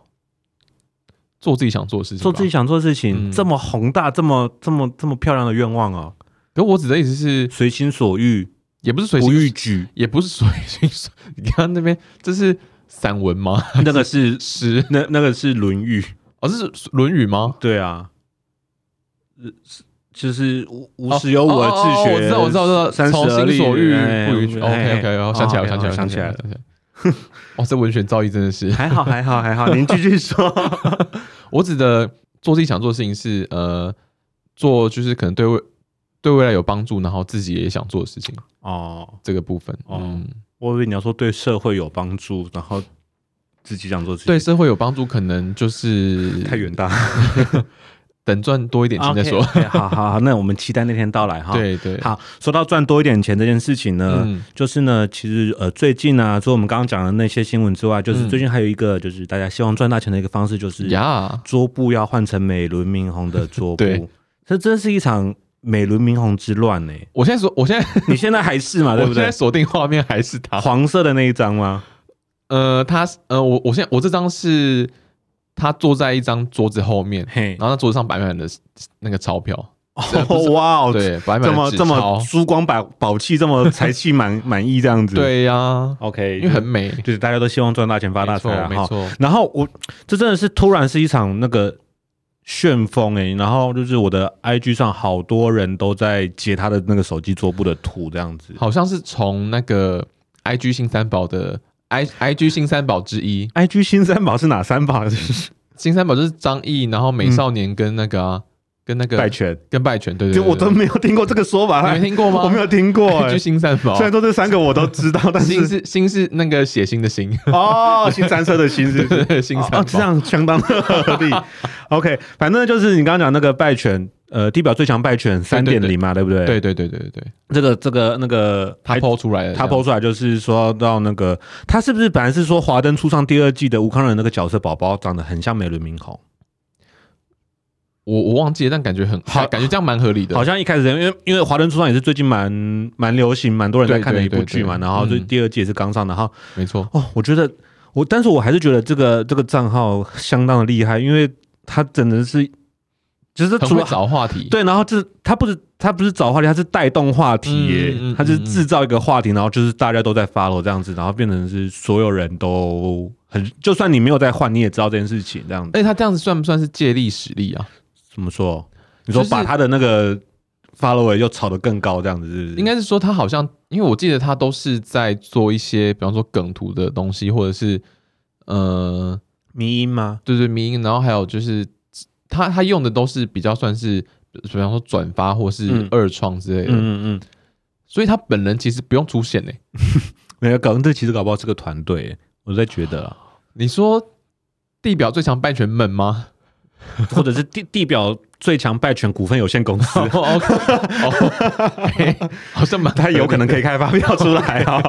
Speaker 2: 做自己想做的事情，
Speaker 3: 做自己。想做的事情，
Speaker 2: 嗯
Speaker 3: 这么宏大，这么这么这么漂亮的愿望啊，
Speaker 2: 可我指的意思是，
Speaker 3: 随心所欲，
Speaker 2: 也不是随
Speaker 3: 不逾
Speaker 2: 心，
Speaker 3: 矩，
Speaker 2: 也不是随心所。 你看那边这是散文吗？
Speaker 3: 那个是
Speaker 2: 诗
Speaker 3: 那那个是《论语》。
Speaker 2: 哦，这是《论语》吗？
Speaker 3: 对啊，呃，是就是无无
Speaker 2: 哦
Speaker 3: 时有我
Speaker 2: 哦
Speaker 3: 的
Speaker 2: 哦哦
Speaker 3: 自学，
Speaker 2: 我知道，我知道，我知道，
Speaker 3: 三十
Speaker 2: 从
Speaker 3: 而
Speaker 2: 心
Speaker 3: 立
Speaker 2: 所欲
Speaker 3: 哎
Speaker 2: 不逾矩。
Speaker 3: 哎
Speaker 2: OK OK，我想起来了，想
Speaker 3: 哦
Speaker 2: 起来了，
Speaker 3: 想起来
Speaker 2: 了
Speaker 3: 了，
Speaker 2: 想起来 了。哇，这文学造诣真的是。
Speaker 3: 还好还好还好，您继续 说。
Speaker 2: 我指的做自己想做的事情是呃，做就是可能对未对未来有帮助，然后自己也想做的事情
Speaker 3: 哦，
Speaker 2: 这个部分。
Speaker 3: 哦
Speaker 2: 嗯，
Speaker 3: 我以为你要说对社会有帮助，然后自己想做自己，
Speaker 2: 对社会有帮助，可能就是
Speaker 3: 太远大，
Speaker 2: 等赚多一点钱再说。
Speaker 3: OK，OK，好好好，那我们期待那天到来 哈。，
Speaker 2: 对对，
Speaker 3: 好，说到赚多一点钱这件事情呢，
Speaker 2: 嗯
Speaker 3: 就是呢，其实呃，最近呢、啊，除了我们刚刚讲的那些新闻之外，就是
Speaker 2: 嗯
Speaker 3: 最近还有一个，就是大家希望赚大钱的一个方式，就是
Speaker 2: 呀，
Speaker 3: 桌布要换成美轮明宏的桌
Speaker 2: 对
Speaker 3: 布，这真是一场美轮明宏之 乱呢、
Speaker 2: 我现在说，我现在
Speaker 3: 你现在还是嘛，对
Speaker 2: 我
Speaker 3: 不
Speaker 2: 现在啊
Speaker 3: 对？
Speaker 2: 锁定画面还是他。
Speaker 3: 黄色的那一张吗？
Speaker 2: 呃，他呃，我我现在我这张是他坐在一张桌子后面，
Speaker 3: 嘿
Speaker 2: 然，后那桌子上摆满了那个钞票，不 是
Speaker 4: 哦哇哦，
Speaker 2: 对，摆
Speaker 4: 这
Speaker 2: 满了
Speaker 4: 么
Speaker 2: 纸
Speaker 4: 这么
Speaker 2: 钞，
Speaker 4: 珠光宝宝气，这 么财气满满意这样子。
Speaker 2: 对呀、
Speaker 4: 哦
Speaker 3: ，OK，
Speaker 2: 因为很美，
Speaker 3: 就是大家都希望赚大钱发大
Speaker 2: 没
Speaker 3: 财
Speaker 2: 错
Speaker 3: 啊
Speaker 2: 没
Speaker 3: 哈。
Speaker 2: 错，
Speaker 3: 然后我这真的是突然是一场那个旋风哎、然后就是我的 IG 上好多人都在截他的那个手机桌布的图这样子。
Speaker 2: 好像是从那个 IG 新三宝的 I IG 新三宝之一，
Speaker 4: IG 新三宝是哪三宝？
Speaker 2: 新三宝就是张译，然后美少年跟那个啊、跟那个
Speaker 4: 嗯拜权，
Speaker 2: 跟拜犬，对对
Speaker 4: 就
Speaker 2: 对
Speaker 4: 我都没有听过这个说法，
Speaker 2: 你没听过吗？
Speaker 4: 我没有听过、
Speaker 3: 欸
Speaker 2: IG
Speaker 4: 哎
Speaker 2: 新三宝
Speaker 4: 虽，然说这三个我都知道，但
Speaker 2: 新
Speaker 4: 是
Speaker 2: 是新是那个血腥的腥，
Speaker 4: 哦，新三色的新是不是
Speaker 2: 新三
Speaker 4: 哦，
Speaker 2: 宝。
Speaker 4: 这样相当合 理。
Speaker 3: OK，反正就是你刚刚讲那个败犬，呃，地表最强败犬三
Speaker 2: 对
Speaker 3: 点
Speaker 2: 对对
Speaker 3: 零嘛，对不对？
Speaker 2: 对对对对对对，
Speaker 3: 这个这个那个
Speaker 2: 他 PO 出来了，
Speaker 3: 他
Speaker 2: 这样
Speaker 3: PO 出来就是说到那个，他是不是本来是说《华灯初上》第二季的吴康仁那个角色宝宝长得很像美轮明宏，
Speaker 2: 我我忘记了，但感觉很
Speaker 3: 好
Speaker 2: 感觉这样蛮合理的。
Speaker 3: 好像一开始因为因为《华灯初上》也是最近蛮蛮流行，蛮多人在看的一部剧
Speaker 2: 对对对
Speaker 3: 嘛，
Speaker 2: 对
Speaker 3: 然后就
Speaker 2: 嗯
Speaker 3: 第二季也是刚上，然后
Speaker 2: 没错，
Speaker 3: 哦，我觉得我，但是我还是觉得这个这个账号相当的厉害，因为他真的是就是
Speaker 2: 很
Speaker 3: 除
Speaker 2: 会
Speaker 3: 了
Speaker 2: 找话题。
Speaker 3: 对，然后这他不是他不是找话题，他是带动话题耶，
Speaker 2: 嗯嗯嗯
Speaker 3: 他是制造一个话题，然后就是大家都在 follow 这样子，然后变成是所有人都很，就算你没有在换，你也知道这件事情这样子。
Speaker 2: 哎，他这样子算不算是借力使力啊？
Speaker 3: 怎么说？你
Speaker 2: 就
Speaker 3: 说
Speaker 2: 是
Speaker 3: 把他的那个 follower 又炒得更高这样子是不是？
Speaker 2: 应该是嗯说他好像，因为我记得他都是在做一些，比方说梗图的东西，或者是呃，
Speaker 3: 迷音吗？
Speaker 2: 对对，迷音，然后还有就是他他用的都是比较算是，比方说转发或是
Speaker 3: 嗯
Speaker 2: 二创之类的，
Speaker 3: 嗯嗯嗯，
Speaker 2: 所以他本人其实不用出现欸呢、
Speaker 3: 没有，搞这其实搞不好是个团队耶，我在觉得啊。
Speaker 2: 你说地表最强半权们吗？，
Speaker 3: 或者是地地表最强败犬股份有限公 司
Speaker 2: 哦，OK，哦 嘿好像蛮
Speaker 4: 他有可能可以开发票出来啊、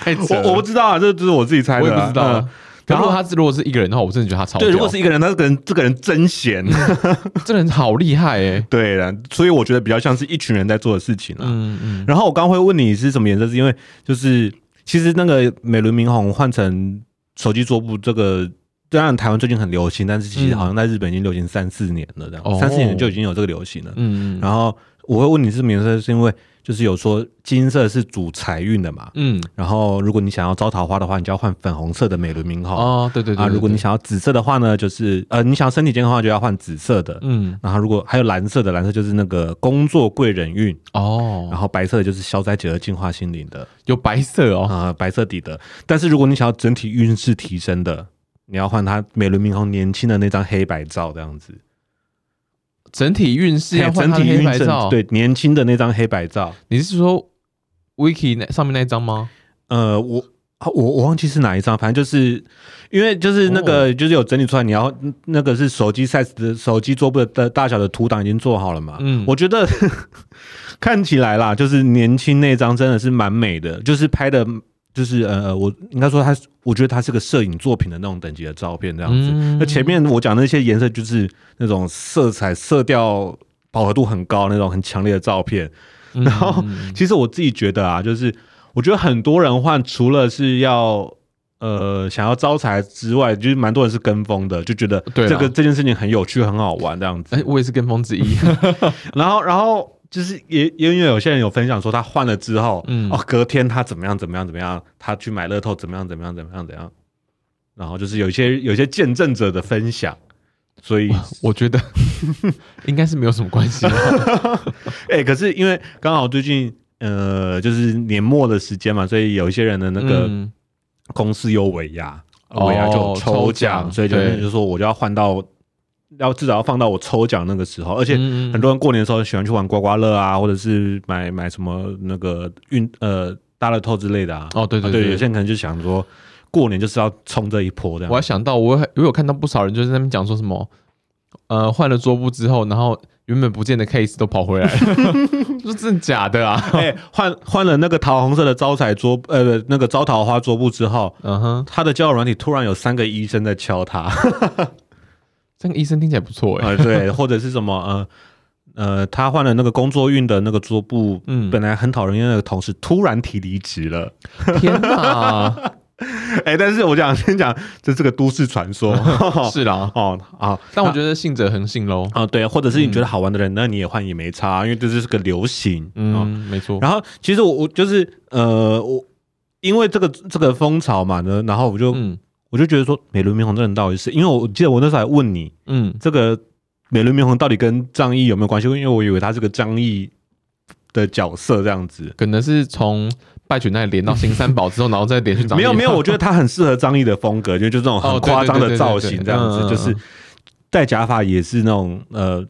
Speaker 2: 太 扯了
Speaker 3: 我我不知道啊，这这是我自己猜
Speaker 2: 我
Speaker 3: 的
Speaker 2: 也
Speaker 3: 啊、
Speaker 2: 不知道啊。
Speaker 3: 嗯
Speaker 2: 可如
Speaker 3: 然
Speaker 2: 果
Speaker 3: 后
Speaker 2: 他是如果是一个人的话，我真的觉得他超
Speaker 4: 对，
Speaker 2: 屌
Speaker 4: 如果是一个人，那这个人这个人真闲。
Speaker 2: 嗯这个人好厉害哎、
Speaker 3: 对了，所以我觉得比较像是一群人在做的事情啊。
Speaker 2: 嗯嗯，
Speaker 3: 然后我刚会问你是什么颜色，是因为就是其实那个美轮明宏换成手机桌布这个。当然，台湾最近很流行，但是其实
Speaker 2: 嗯
Speaker 3: 好像在日本已经流行三四年了，这
Speaker 2: 哦
Speaker 3: 样三四、年就已经有这个流行了。
Speaker 2: 嗯嗯
Speaker 3: 然后我会问你是什么颜色，是因为就是有说金色是主财运的嘛，
Speaker 2: 嗯，
Speaker 3: 然后如果你想要招桃花的话，你就要换粉红色的美轮明宏。
Speaker 2: 哦，对对对
Speaker 3: 啊，如果你
Speaker 2: 对
Speaker 3: 想要紫色的话呢，就是呃，你想要身体健康的话，就要换紫色的。
Speaker 2: 嗯
Speaker 3: 然后如果还有蓝色的，蓝色就是那个工作贵人运，然
Speaker 2: 哦，
Speaker 3: 后白色的就是消灾解厄、净化心灵的
Speaker 2: 有白色哦，
Speaker 3: 啊、白色底的。但是如果你想要整体运势提升的，你要换他美轮明宏年轻的那张黑白照这样子，
Speaker 2: 整体运势要
Speaker 3: 嘿
Speaker 2: 换
Speaker 3: 整
Speaker 2: 他的
Speaker 3: 体
Speaker 2: 黑
Speaker 3: 运
Speaker 2: 白
Speaker 3: 程
Speaker 2: 照。，
Speaker 3: 对年轻的那张黑白照。
Speaker 2: 你是说 Wiki 那上面那一张吗？
Speaker 3: 呃，我啊我我忘记是哪一张，反正就是因为就是那
Speaker 2: 哦
Speaker 3: 个、就是有整理出来，你要那个是手机 size 的手机桌布的大小的图档已经做好了嘛。
Speaker 2: 嗯
Speaker 3: 我觉得 看起来啦，就是年轻那张真的是蛮美的，就是拍的，就是呃，我应该说它，我觉得它是个摄影作品的那种等级的照片这样子。
Speaker 2: 嗯
Speaker 3: 那前面我讲那些颜色，就是那种色彩色调饱和度很高那种很强烈的照片。
Speaker 2: 然
Speaker 3: 然后
Speaker 2: 嗯
Speaker 3: 其实我自己觉得啊，就是我觉得很多人换，除了是要呃想要招财之外，就是蛮多人是跟风的，就觉得
Speaker 2: 对啦
Speaker 3: 这个这件事情很有趣、很好玩这样子。
Speaker 2: 哎，我也是跟风之一。
Speaker 3: 然后，然后就是也也因为有些人有分享说他换了之后，
Speaker 2: 嗯
Speaker 3: 哦，隔天他怎么样怎么样怎么样，他去买乐透怎么样怎么样怎么样怎么样，然后就是有一些有一些见证者的分享。所以，
Speaker 2: 我觉得应该是没有什么关系吧。
Speaker 3: 哎、可是因为刚好最近，呃，就是年末的时间嘛，所以有一些人的 那个
Speaker 2: 嗯
Speaker 3: 公司有尾牙，
Speaker 2: 哦
Speaker 3: 尾牙就有抽
Speaker 2: 抽奖
Speaker 3: 奖，所以就
Speaker 2: 对
Speaker 3: 是就说我就要换到，要至少要放到我抽奖那个时候，而且
Speaker 2: 嗯嗯
Speaker 3: 很多人过年的时候喜欢去玩刮刮乐啊，或者是买买什么那个运呃大乐透之类的啊。
Speaker 2: 哦，对
Speaker 3: 啊
Speaker 2: 对对，
Speaker 3: 有些人可能就想说过年就是要冲这一波这
Speaker 2: 我还
Speaker 3: 样。
Speaker 2: 想到，我有我有看到不少人就是在那边讲说什么，呃，换了桌布之后，然后原本不见的 case 都跑回 来了，说真的假的啊？
Speaker 3: 哎，换换了那个桃红色的招财桌，呃，那个招桃花桌布之后，
Speaker 2: 嗯哼，
Speaker 3: 他的交友软体突然有三个医生在敲他。
Speaker 2: 这个医生听起来不错 哎、
Speaker 3: 啊，对，或者是什么呃呃，他换了那个工作运的那个桌布，
Speaker 2: 嗯
Speaker 3: 本来很讨人厌的同事突然提离职了。
Speaker 2: 天哪，
Speaker 3: 哎、但是我讲先讲，这是个都市传说
Speaker 2: 是啦，
Speaker 3: 哦啊
Speaker 2: 但我觉得信者恒信 喽。
Speaker 3: 啊对，或者是你觉得
Speaker 2: 嗯
Speaker 3: 好玩的人，那你也换也没差，因为这就是个流行。嗯，
Speaker 2: 嗯，没错。
Speaker 3: 然后其实我我就是呃我因为这个这个风潮嘛呢，然后我就、
Speaker 2: 嗯，
Speaker 3: 我我就觉得说美轮明宏这人到底是，因为我记得我那时候还问你，
Speaker 2: 嗯，
Speaker 3: 这个美轮明宏到底跟张译有没有关系？因为我以为他是个张译的角色这样子。
Speaker 2: 可能是从拜犬那里连到新三宝之后，然后再连续长。
Speaker 3: 没有没有，我觉得他很适合张译的风格，就就这种很
Speaker 2: 哦对
Speaker 3: 夸张
Speaker 2: 对对
Speaker 3: 的
Speaker 2: 对
Speaker 3: 造
Speaker 2: 对
Speaker 3: 型，
Speaker 2: 对
Speaker 3: 这样
Speaker 2: 嗯
Speaker 3: 子就是戴假发也是那种呃，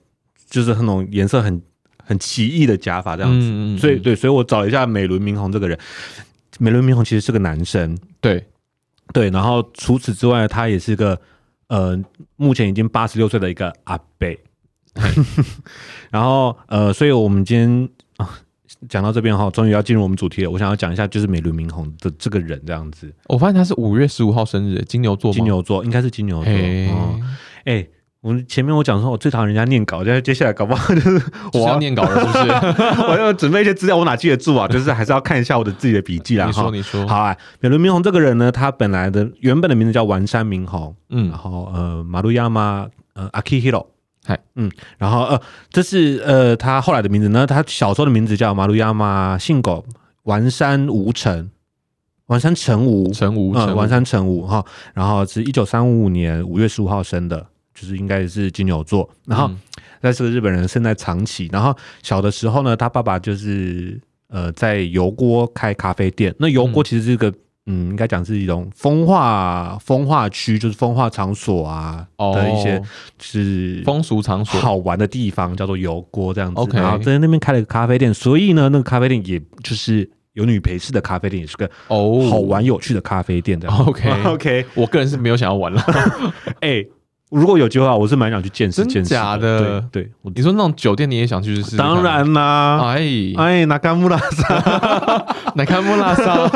Speaker 3: 就是那种颜色很很奇异的假发这
Speaker 2: 这
Speaker 3: 样子。
Speaker 2: 嗯嗯嗯
Speaker 3: 所以对，所以我找了一下美轮明宏这个人，美轮明宏其实是个男生，
Speaker 2: 对，
Speaker 3: 对，然后除此之外，他也是个呃，目前已经八十六岁的一个阿伯。 然后呃，所以我们今天啊讲到这边哈，终于要进入我们主题了。我想要讲一下，就是美轮明宏的这个人这样子，
Speaker 2: 我发现他是五月十五号生日，金牛座吗，
Speaker 3: 金牛座应该是金牛座。
Speaker 2: 嘿，
Speaker 3: 哦哎、我们前面我讲说，哦我最讨厌人家念稿，接接下来搞不好就是
Speaker 2: 我
Speaker 3: 我
Speaker 2: 要
Speaker 3: 要
Speaker 2: 念稿了，是不是？
Speaker 3: 我要准备一些资料，我哪记得住啊？就是还是要 看一下我的自己的笔记啦。
Speaker 2: 你
Speaker 3: 哈
Speaker 2: 说，你说，
Speaker 3: 好啊，美轮明宏这个人呢，他本来的原本的名字叫丸山明宏，
Speaker 2: 嗯
Speaker 3: 然，后呃，马路亚马呃阿 k i Hiro，
Speaker 2: 嗨
Speaker 3: 嗯，然后呃，这是呃他后来的名字呢，他小时候的名字叫马路亚马信狗丸山吴成，丸山成吴，
Speaker 2: 陈吴，
Speaker 3: 呃，
Speaker 2: 陈吴
Speaker 3: 丸山成吴哈，然后是一九三五年五月十五号生的，就是应该也是金牛座，然后
Speaker 2: 嗯
Speaker 3: 他是个日本人，生在长崎，然后小的时候呢，他爸爸就是呃在油锅开咖啡店，那油锅其实是一个。嗯应该讲是一种风化风化区，就是风化场所啊、
Speaker 2: 哦
Speaker 3: 的一些是
Speaker 2: 风俗场所，
Speaker 3: 好玩的地方，叫做油锅这样子。
Speaker 2: OK
Speaker 3: 然后在那边开了个咖啡店，所以呢，那个咖啡店也就是有女陪侍的咖啡店，也是个
Speaker 2: 哦，
Speaker 3: 好玩有趣的咖啡店这样 子。
Speaker 2: ，OK，
Speaker 4: OK，
Speaker 2: 我个人是没有想要玩了。
Speaker 3: 哎、如果有机会啊，我是蛮想去见识
Speaker 2: 真
Speaker 3: 见识
Speaker 2: 假的
Speaker 3: 对，对我
Speaker 2: 你说那种酒店你也想去试试？
Speaker 3: 当，然啦，
Speaker 2: 哎，
Speaker 3: 哎，那干木啦，
Speaker 2: 奶看莫拉 萨，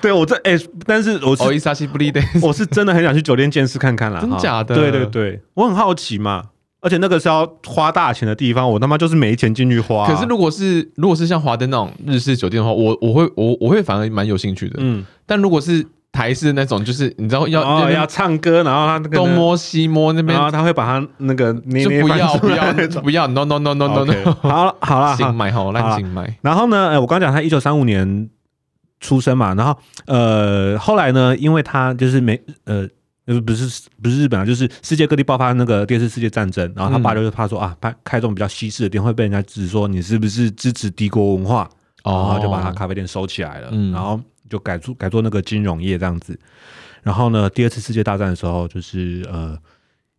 Speaker 3: 对我这哎、但是我是、
Speaker 2: 哦伊萨西布利德，
Speaker 3: 我是真的很想去酒店见识看看啦，
Speaker 2: 真
Speaker 3: 哈
Speaker 2: 假的
Speaker 3: 对对对，我很好奇嘛，而且那个是要花大钱的地方，我他妈就是没钱进去花、
Speaker 2: 可是如果是如果是像华灯那种日式酒店的话，我我会我我会反而蛮有兴趣的。
Speaker 3: 嗯，
Speaker 2: 但如果是台式的那种，就是你知道要、
Speaker 3: 要、
Speaker 2: 那
Speaker 3: 哦、
Speaker 2: 边
Speaker 3: 要唱歌，然后他那个啊
Speaker 2: 东摸西摸那边
Speaker 3: 然后他会把他那个捏
Speaker 2: 就
Speaker 3: 捏
Speaker 2: 不
Speaker 3: 翻
Speaker 2: 要
Speaker 3: 出
Speaker 2: 不
Speaker 3: 来
Speaker 2: 要
Speaker 3: 那种
Speaker 2: 不要 no no no no no
Speaker 3: OK，
Speaker 2: no，
Speaker 3: 好了好 了，
Speaker 2: 新买好
Speaker 3: 好
Speaker 2: 烂
Speaker 3: 啦
Speaker 2: 新买，
Speaker 3: 然后呢，呃，我刚讲他一九三五年出生嘛，然后呃，后来呢，因为他就是没呃。呃，不是不是日本啊，就是世界各地爆发那个第二次世界战争，然后他爸
Speaker 2: 嗯
Speaker 3: 就是怕说、啊，怕开这种比较西式的店会被人家指说你是不是支持敌国文化，然后就把他咖啡店收起来了，
Speaker 2: 哦嗯
Speaker 3: 然后就改做改做那个金融业这样子。然后呢，第二次世界大战的时候，就是呃，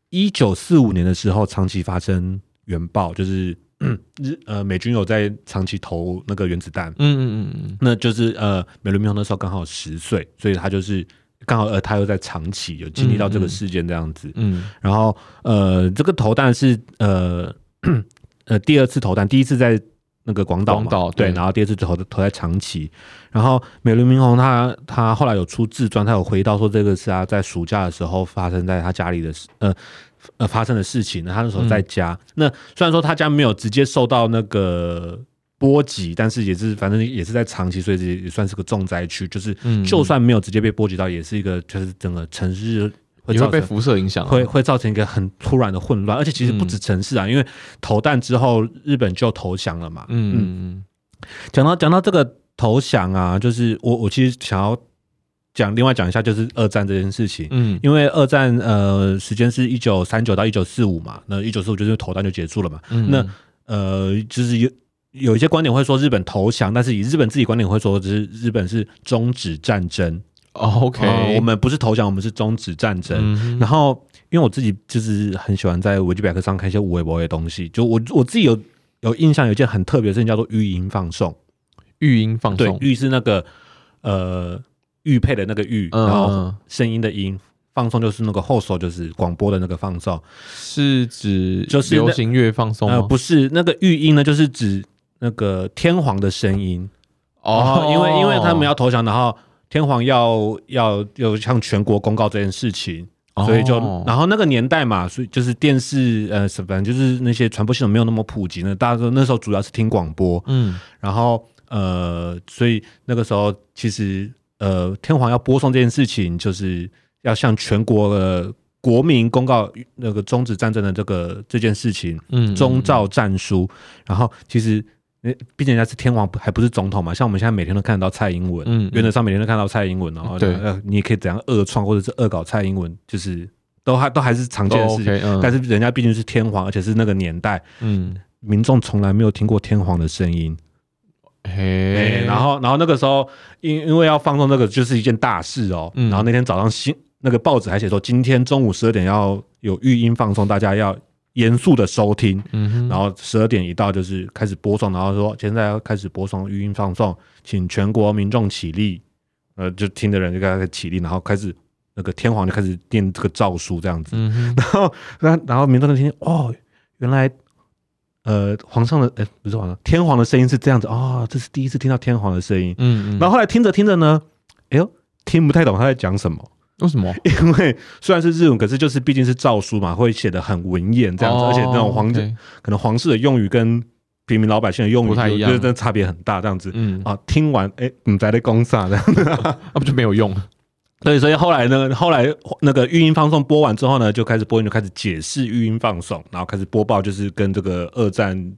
Speaker 3: 一九四五年的时候，长期发生原爆，就是嗯日呃美军有在长期投那个原子弹，
Speaker 2: 嗯嗯嗯嗯，
Speaker 3: 那就是呃美伦明宏那时候刚好十岁，所以他就是刚好呃他又在长崎有经历到这
Speaker 2: 嗯
Speaker 3: 个
Speaker 2: 嗯
Speaker 3: 事件这样子，
Speaker 2: 嗯
Speaker 3: 然后呃这个投弹是呃 呃第二次投弹，第一次在那个广岛嘛
Speaker 2: 广岛
Speaker 3: 对，
Speaker 2: 对
Speaker 3: 然后第二次投投在长崎，然后美轮明宏他他后来有出自传，他有回到说这个是他在暑假的时候发生在他家里的事呃呃发生的事情，他那时候在家，
Speaker 2: 嗯
Speaker 3: 那虽然说他家没有直接受到那个。波及，但是也是反正也是在长期，所以也也算是个重灾区。就是
Speaker 2: 嗯，
Speaker 3: 就算没有直接被波及到，也是一个就是整个城市会
Speaker 2: 也
Speaker 3: 造
Speaker 2: 会
Speaker 3: 成
Speaker 2: 被辐射影响啊，嗯
Speaker 3: 会会造成一个很突然的混乱，而且其实不止城市啊，因为投弹之后日本就投降了嘛。
Speaker 2: 嗯嗯
Speaker 3: 讲到讲到这个投降啊，就是我我其实想要讲另外讲一下，就是二战这件事情，
Speaker 2: 嗯
Speaker 3: 因为二战呃时间是一九三九到一九四五嘛，那一九四五就是投弹就结束了嘛，
Speaker 2: 嗯，
Speaker 3: 那呃就是有。有一些观点会说日本投降，但是以日本自己观点会说，就是日本是终止战争。
Speaker 2: 哦 OK，
Speaker 3: 呃我们不是投降，我们是终止战争。
Speaker 2: 嗯
Speaker 3: 然后，因为我自己就是很喜欢在维基百科上看一些无微博的东西，就我我自己有有印象，有一件很特别的事情叫做玉音放送。
Speaker 2: 育婴嗯放
Speaker 3: 对
Speaker 2: 松，，
Speaker 3: 玉是那个呃玉佩的那个玉，
Speaker 2: 嗯
Speaker 3: 然后声音的音，放送就是那个后手，就是广播的那个放送。
Speaker 2: 是指
Speaker 3: 就是
Speaker 2: 流
Speaker 3: 那
Speaker 2: 行乐放松
Speaker 3: 呃，
Speaker 2: 吗？
Speaker 3: 不是那个玉音呢，就是指那个天皇的声音。
Speaker 2: 哦
Speaker 3: 哦，，因为因为他们要投降，然后天皇要要要向全国公告这件事情，
Speaker 2: 哦
Speaker 3: 所以就然后那个年代嘛，所以就是电视呃什么，反正就是那些传播系统没有那么普及呢，大家说那时候主要是听广播，
Speaker 2: 嗯
Speaker 3: 然后呃，所以那个时候其实呃天皇要播送这件事情，就是要向全国的国民公告呃那个终止战争的这个这件事情，
Speaker 2: 嗯
Speaker 3: 宗。照战书，然后其实那毕竟人家是天王，还不是总统嘛。像我们现在每天都看得到蔡英文，
Speaker 2: 嗯嗯
Speaker 3: 原则上每天都看到蔡英文，然后
Speaker 2: 对
Speaker 3: 呃你也可以怎样恶创或者是恶搞蔡英文，就是都还都还是常见的事情。
Speaker 2: 都 OK，嗯
Speaker 3: 但是人家毕竟是天皇，而且是那个年代，
Speaker 2: 嗯，
Speaker 3: 民众从来没有听过天皇的声音。哎、
Speaker 2: 嘿，
Speaker 3: 然后然后那个时候，因因为要放纵那个就是一件大事哦。
Speaker 2: 嗯
Speaker 3: 然后那天早上新那个报纸还写说，今天中午十二点要有语音放送，大家要严肃的收听。
Speaker 2: 嗯哼，
Speaker 3: 然后十二点一到就是开始播送，然后说现在要开始播送语音放送，请全国民众起立。呃，就听的人就开始起立，然后开始那个天皇就开始念这个诏书这样子。
Speaker 2: 嗯哼，
Speaker 3: 然后，然后然后民众就听哦，原来呃皇上的哎不是皇上，天皇的声音是这样子哦，这是第一次听到天皇的声音。
Speaker 2: 嗯，嗯
Speaker 3: 然后后来听着听着呢，哎呦听不太懂他在讲什么，
Speaker 2: 为什么？
Speaker 3: 因为虽然是日文，可是就是毕竟是诏书嘛，会写的很文言这样子，而且那种皇、
Speaker 2: 哦，OK
Speaker 3: 可能皇室的用语跟平民老百姓的用语
Speaker 2: 不太一样
Speaker 3: 就真的差别很大这样子。
Speaker 2: 嗯，
Speaker 3: 啊，听完哎，你在那公啥的，
Speaker 2: 那不就没有用？
Speaker 3: 对，所以后来呢， 后来那个语音放送播完之后呢，就开始播音就开始解释语音放送，然后开始播报就是跟这个二战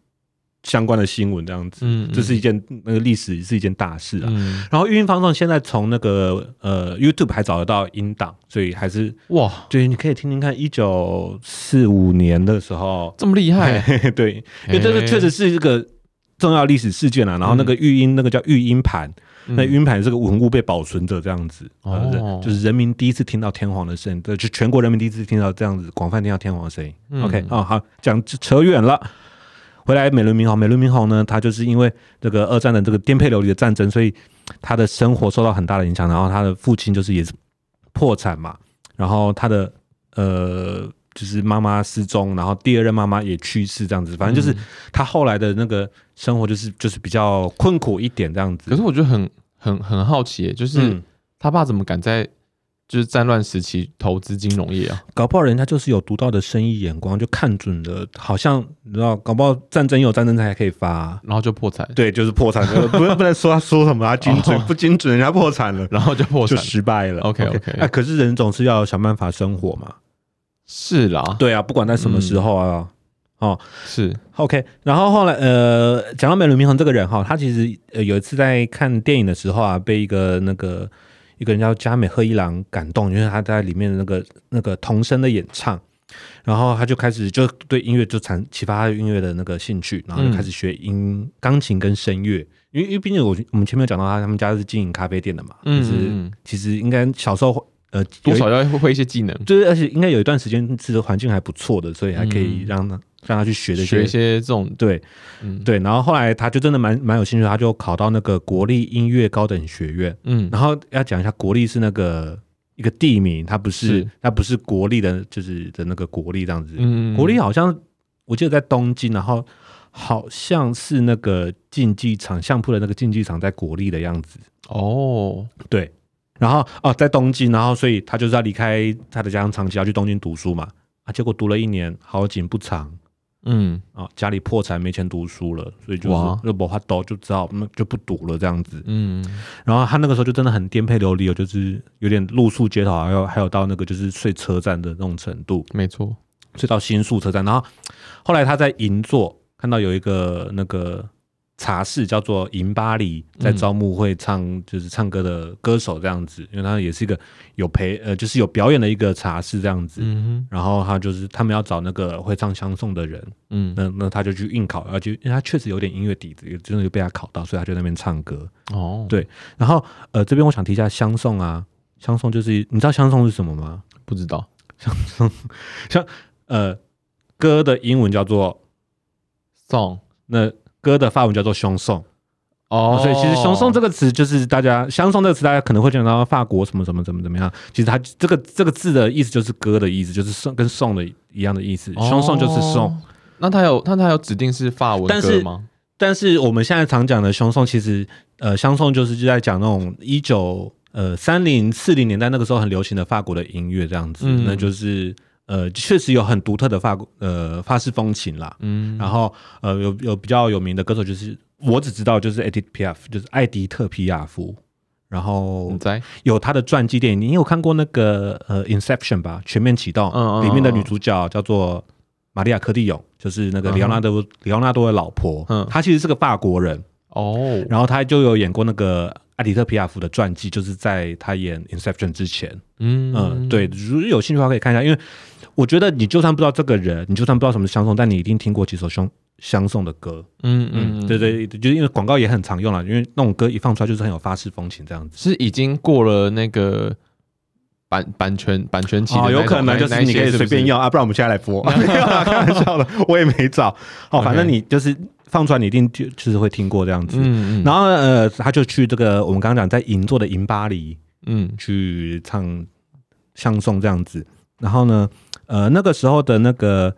Speaker 3: 相关的新闻这样子。
Speaker 2: 嗯，
Speaker 3: 这是一件那个历史是一件大事啊。
Speaker 2: 嗯，
Speaker 3: 然后语音放送现在从那个呃 YouTube 还找得到音档，所以还是
Speaker 2: 哇，
Speaker 3: 对，你可以听听看一九四五年的时候，
Speaker 2: 这么厉害，
Speaker 3: 对，因为这个
Speaker 2: 嘿
Speaker 3: 确实是一个重要历史事件啊。然后那个育婴，那个叫育婴盘，那
Speaker 2: 嗯
Speaker 3: 育婴盘这个文物被保存着，这样子，
Speaker 2: 哦
Speaker 3: 呃，就是人民第一次听到天皇的声音，对，就全国人民第一次听到这样子广泛听到天皇的声音。
Speaker 2: 嗯
Speaker 3: OK，哦，好，讲扯远了。回来美轮明宏，美轮明宏呢，他就是因为这个二战的这个颠沛流离的战争，所以他的生活受到很大的影响。然后他的父亲就是也是破产嘛，然后他的呃就是妈妈失踪，然后第二任妈妈也去世，这样子，反正
Speaker 2: 嗯
Speaker 3: 就是他后来的那个生活就是就是比较困苦一点这样
Speaker 2: 可
Speaker 3: 子。
Speaker 2: 是我觉得很很很好奇耶，就是
Speaker 3: 嗯，
Speaker 2: 他爸怎么敢在就是战乱时期投资金融业啊？
Speaker 3: 搞不好人家就是有独到的生意眼光，就看准了，好像你知道，搞不好战争有战争才可以发啊、
Speaker 2: 然后就破产，
Speaker 3: 对，就是破产，
Speaker 4: 呃不不能说他说什么啊，精
Speaker 3: 哦
Speaker 4: 准不精准，人家破产了。
Speaker 2: 然后就破
Speaker 3: 就
Speaker 2: 产，
Speaker 3: 失败了。
Speaker 2: OK，OK
Speaker 3: 哎，可是人总是要想办法生活嘛。
Speaker 2: 是啦，
Speaker 3: 对啊，不管在什么时候啊。哦
Speaker 2: 是，
Speaker 3: ，OK，然后后来呃，讲到美伦明宏这个人哈，他其实呃有一次在看电影的时候啊，被一个那个一个人叫加美赫一郎感动，因为他在里面的那个呃那个童声的演唱，然后他就开始就对音乐就产启发他对音乐的那个兴趣，然后就开始学音钢琴跟声乐，因为因为毕竟我我们前面有讲到他他们家是经营咖啡店的嘛，
Speaker 2: 嗯
Speaker 3: 就是
Speaker 2: 嗯嗯
Speaker 3: 其实应该小时候呃有
Speaker 2: 多
Speaker 3: 一
Speaker 2: 少要会一些技能，
Speaker 3: 就是而且应该有一段时间是环境还不错的，所以还可以
Speaker 2: 嗯
Speaker 3: 让他、让他去学的
Speaker 2: 学一些这种，
Speaker 3: 对
Speaker 2: 嗯，
Speaker 3: 对，然后后来他就真的蛮蛮有兴趣的，他就考到那个国立音乐高等学院。
Speaker 2: 嗯，
Speaker 3: 然后要讲一下，国立是那个一个地名，它不是
Speaker 2: 是
Speaker 3: 它不是国立的，就是的那个国立这样子。
Speaker 2: 嗯，
Speaker 3: 国立好像我记得在东京，然后好像是那个竞技场相扑的那个竞技场在国立的样子。
Speaker 2: 哦，
Speaker 3: 对，然后哦，在东京，然后所以他就是要离开他的家乡长期要去东京读书嘛，啊，结果读了一年，好景不长
Speaker 2: 嗯，
Speaker 3: 啊、家里破产没钱读书了，所以就
Speaker 2: 哇
Speaker 3: 是热博他都就只好嗯那就不读了这样子。
Speaker 2: 嗯，
Speaker 3: 然后他那个时候就真的很颠沛流离哦，就是有点露宿街头啊，还有还有到那个就是睡车站的那种程度。
Speaker 2: 没错，
Speaker 3: 睡到新宿车站，然后后来他在银座看到有一个那个茶室叫做银巴黎，
Speaker 2: 嗯
Speaker 3: 在招募会唱就是唱歌的歌手这样子，因为他也是一个有陪呃就是有表演的一个茶室这样子。
Speaker 2: 嗯
Speaker 3: 然后他就是他们要找那个会唱相送的人，
Speaker 2: 哼，嗯，
Speaker 3: 那那他就去应考，而且因为他确实有点音乐底子，也真的就被他考到，所以他就在那边唱歌。
Speaker 2: 哦，
Speaker 3: 对然后呃这边我想提一下相送啊，相送就是你知道相送是什么吗？
Speaker 2: 不知道
Speaker 3: 呃，歌的英文叫做
Speaker 2: ，song，
Speaker 3: 那歌的法文叫做凶颂，
Speaker 2: 哦，
Speaker 3: 所以其实凶颂这个词就是大家相送这个词，大家可能会讲到法国什么什么怎么怎么样。其实它这个这个字的意思就是歌的意思，就是送跟送的一样的意思，
Speaker 2: 哦
Speaker 3: 凶颂就是送。
Speaker 2: 那他有，那他有指定是法文
Speaker 3: 但
Speaker 2: 歌
Speaker 3: 是
Speaker 2: 吗？
Speaker 3: 但是我们现在常讲的凶颂，其实呃相送就是就在讲那种一九呃三零四零年代那个时候很流行的法国的音乐这样子，
Speaker 2: 嗯
Speaker 3: 那就是呃确实有很独特的法国呃法式风情啦。
Speaker 2: 嗯，
Speaker 3: 然后呃，有有比较有名的歌手，就是我只知道就是 Edith Piaf，就是艾迪特皮亚夫。然后
Speaker 2: 你在，
Speaker 3: 有他的传记电影，你有看过那个呃《Inception》吧，《全面启动》
Speaker 2: 嗯嗯嗯
Speaker 3: 里面的女主角叫做玛利亚·柯蒂永，就是那个里奥纳多、里奥纳多的老婆，
Speaker 2: 嗯
Speaker 3: 嗯，她其实是个法国人，
Speaker 2: 哦，
Speaker 3: 然后她就有演过那个艾迪特·皮亚夫的传记，就是在她演《Inception》之前，
Speaker 2: 嗯
Speaker 3: 嗯，，对，如果有兴趣的话可以看一下，因为我觉得你就算不知道这个人，你就算不知道什么是相送，但你一定听过几首相相送的歌，
Speaker 2: 嗯
Speaker 3: 嗯，对，对，就是因为广告也很常用了，因为那种歌一放出来就是很有法式风情这样子。
Speaker 2: 是已经过了那个版版权版权期的那
Speaker 4: 哦，
Speaker 2: 种，
Speaker 4: 有可能
Speaker 2: 那
Speaker 4: 就是你可以随便，用啊，不然我们现在来 播，没有啦开玩笑的，我也没找。
Speaker 3: 哦，反正
Speaker 2: OK
Speaker 3: 你就是放出来，你一定就就是会听过这样
Speaker 2: 那
Speaker 3: 子。
Speaker 2: 些嗯嗯，
Speaker 3: 然后呢呃，他就去这个我们刚刚讲在银座的银巴黎
Speaker 2: 嗯
Speaker 3: 去唱相送这样子。然后呢，呃，那个时候的那个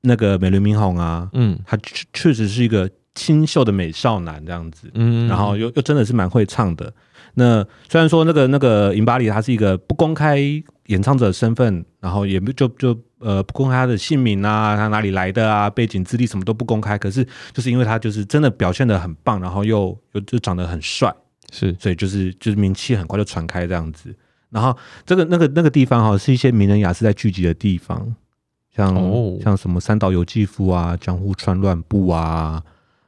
Speaker 3: 那个美轮明宏啊，
Speaker 2: 嗯
Speaker 3: 他确确实是一个清秀的美少男这样子。
Speaker 2: 嗯，
Speaker 3: 然后又又真的是蛮会唱的。那虽然说那个那个银巴里他是一个不公开演唱者身份，然后也不就就呃不公开他的姓名啊，他哪里来的啊，背景资历什么都不公开。可是就是因为他就是真的表现的很棒，然后又又就长得很帅，
Speaker 2: 是
Speaker 3: 所以就是就是名气很快就传开这样子。然后这个那个那个地方哈、是一些名人雅士在聚集的地方，像、
Speaker 2: 哦
Speaker 3: 像什么三岛由纪夫啊、江户川乱步啊、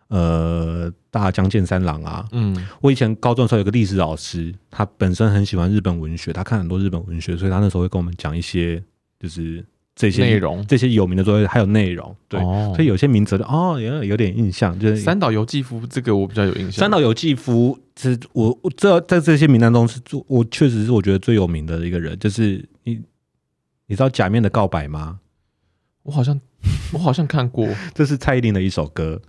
Speaker 3: 呃大江健三郎啊，
Speaker 2: 嗯
Speaker 3: 我以前高中的时候有个历史老师，他本身很喜欢日本文学，他看很多日本文学，所以他那时候会跟我们讲一些就是这些
Speaker 2: 内容
Speaker 3: 这些有名的作家还有内容，对，
Speaker 2: 哦
Speaker 3: 所以有些名字就哦有有点印象，就是
Speaker 2: 三岛由纪夫这个我比较有印象，
Speaker 3: 三岛由纪夫是我我这在这些名单中是最我确实是我觉得最有名的一个人，就是你你知道《假面的告白》吗？
Speaker 2: 我好像我好像看过，
Speaker 3: 这是蔡依林的一首歌。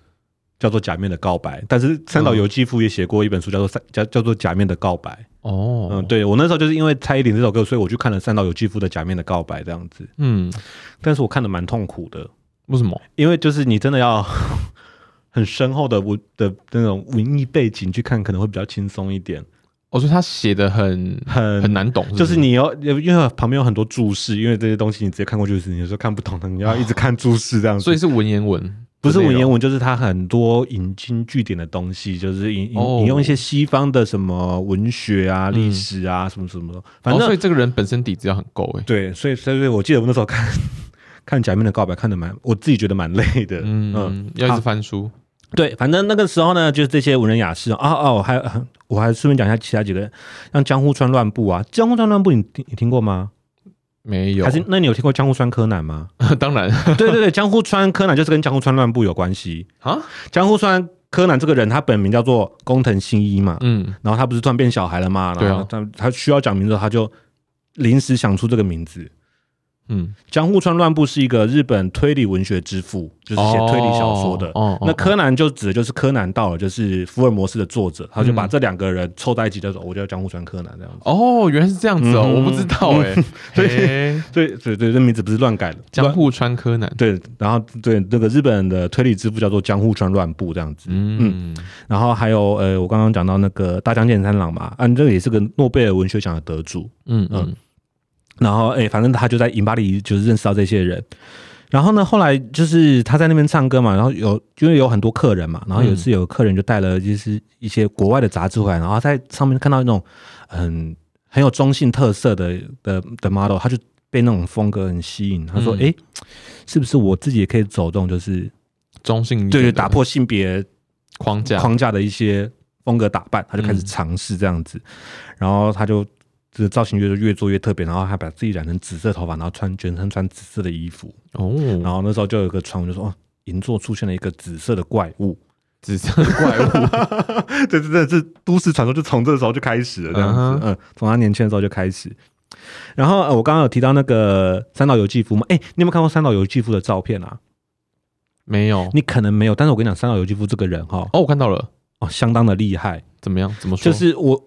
Speaker 3: 叫做《假面的告白》，但是三
Speaker 2: 嗯
Speaker 3: 岛由纪夫也写过一本书，叫做《三叫叫做假面的告白》。
Speaker 2: 哦，
Speaker 3: 嗯，，对我那时候就是因为蔡依林这首歌，所以我去看了三岛由纪夫的《假面的告白》这样子，
Speaker 2: 嗯，
Speaker 3: 但是我看的蛮痛苦的，
Speaker 2: 为什么？
Speaker 3: 因为就是你真的要 很深厚的文的那种文艺背景去看，可能会比较轻松一点，
Speaker 2: 我说哦他写的很
Speaker 3: 很
Speaker 2: 很。难懂，不
Speaker 3: 就是你要，因为旁边有很多注释，因为这些东西你直接看过去，就是你有时候看不懂的，你要一直看注释这样子。
Speaker 2: 所以是文言文，
Speaker 3: 不是文言
Speaker 2: 文，
Speaker 3: 文，就是它很多引经据典的东西，就是引引
Speaker 2: 哦
Speaker 3: 引用一些西方的什么文学啊、
Speaker 2: 嗯
Speaker 3: 历史啊、什么什么的，
Speaker 2: 反
Speaker 3: 反正
Speaker 2: 哦正所以这个人本身底子要很够哎，
Speaker 3: 对，所以所以我记得我那时候看看《假面的告白》看的蛮，我自己觉得蛮累的。嗯
Speaker 2: 嗯，要一直
Speaker 3: 好
Speaker 2: 翻书，
Speaker 3: 对，反正那个时候呢，就是这些文人雅士啊啊，我还我还顺便讲一下其他几个人，像江户川乱步啊，江户川乱步你听你听过吗？
Speaker 2: 没有啊
Speaker 3: 还，是那你有听过江户川柯南吗？
Speaker 2: 当然
Speaker 3: 对对对，江户川柯南就是跟江户川乱步有关系。
Speaker 2: 啊，
Speaker 3: 江户川柯南这个人，他本名叫做工藤新一嘛，
Speaker 2: 嗯，
Speaker 3: 然后他不是突然变小孩了嘛，
Speaker 2: 对
Speaker 3: 然
Speaker 2: 啊
Speaker 3: 后他他需要讲名字，他就临时想出这个名字。
Speaker 2: 嗯，
Speaker 3: 江户川乱步是一个日本推理文学之父，就是写推理小说的。
Speaker 2: 哦，哦
Speaker 3: 那
Speaker 2: 哦
Speaker 3: 柯南就指的就是柯南道尔，就是福尔摩斯的作者，他就把这两个人凑在一起，叫哦做我叫江户川柯南这样子。
Speaker 2: 嗯哦，原来是这样子哦，
Speaker 3: 嗯
Speaker 2: 我不
Speaker 3: 哼
Speaker 2: 知道哎、
Speaker 3: 所以
Speaker 2: 嘿
Speaker 3: 对对对，这名字不是乱改的，
Speaker 2: 江
Speaker 3: 乱
Speaker 2: 户川柯南，
Speaker 3: 对，然后对那个日本的推理之父叫做江户川乱步这样子。
Speaker 2: 嗯
Speaker 3: 然后还有呃，我刚刚讲到那个大江健三郎嘛，啊，这个也是个诺贝尔文学奖的得主。
Speaker 2: 嗯嗯
Speaker 3: 嗯然后哎、反正他就在银巴里就是认识到这些人。然后呢，后来就是他在那边唱歌嘛，然后有因为有很多客人嘛，然后有一次有客人就带了就是一些国外的杂志回来，然后在上面看到那种很很有中性特色的的的 model，他就被那种风格很吸引，他说：“
Speaker 2: 嗯
Speaker 3: 哎、是不是我自己也可以走这种就是
Speaker 2: 中性一点
Speaker 3: 对
Speaker 2: 的
Speaker 3: 对打破性别
Speaker 2: 框架，
Speaker 3: 框架的一些风格打扮，他就开始
Speaker 2: 嗯
Speaker 3: 尝试这样子，然后他就这个造型越越做越特别，然后还把自己染成紫色头发，然后穿全身穿紫色的衣服，然
Speaker 2: 哦，
Speaker 3: 后那时候就有一个传闻就说，哦，银座出现了一个紫色的怪物，
Speaker 2: 紫色的怪 物，
Speaker 4: 对对对，这都市传说就从这时候就开始了，这样子。
Speaker 2: 嗯哼
Speaker 3: 嗯，从他年轻的时候就开始。然后、呃、我刚刚有提到那个三岛由纪夫嘛，哎，你有没有看过三岛由纪夫的照片啊？
Speaker 2: 没有，
Speaker 3: 你可能没有，但是我跟你讲，三岛由纪夫这个人哈、哦，
Speaker 2: 哦，我看到了，
Speaker 3: 相当的厉害，
Speaker 2: 怎么样？怎么说？
Speaker 3: 就是我，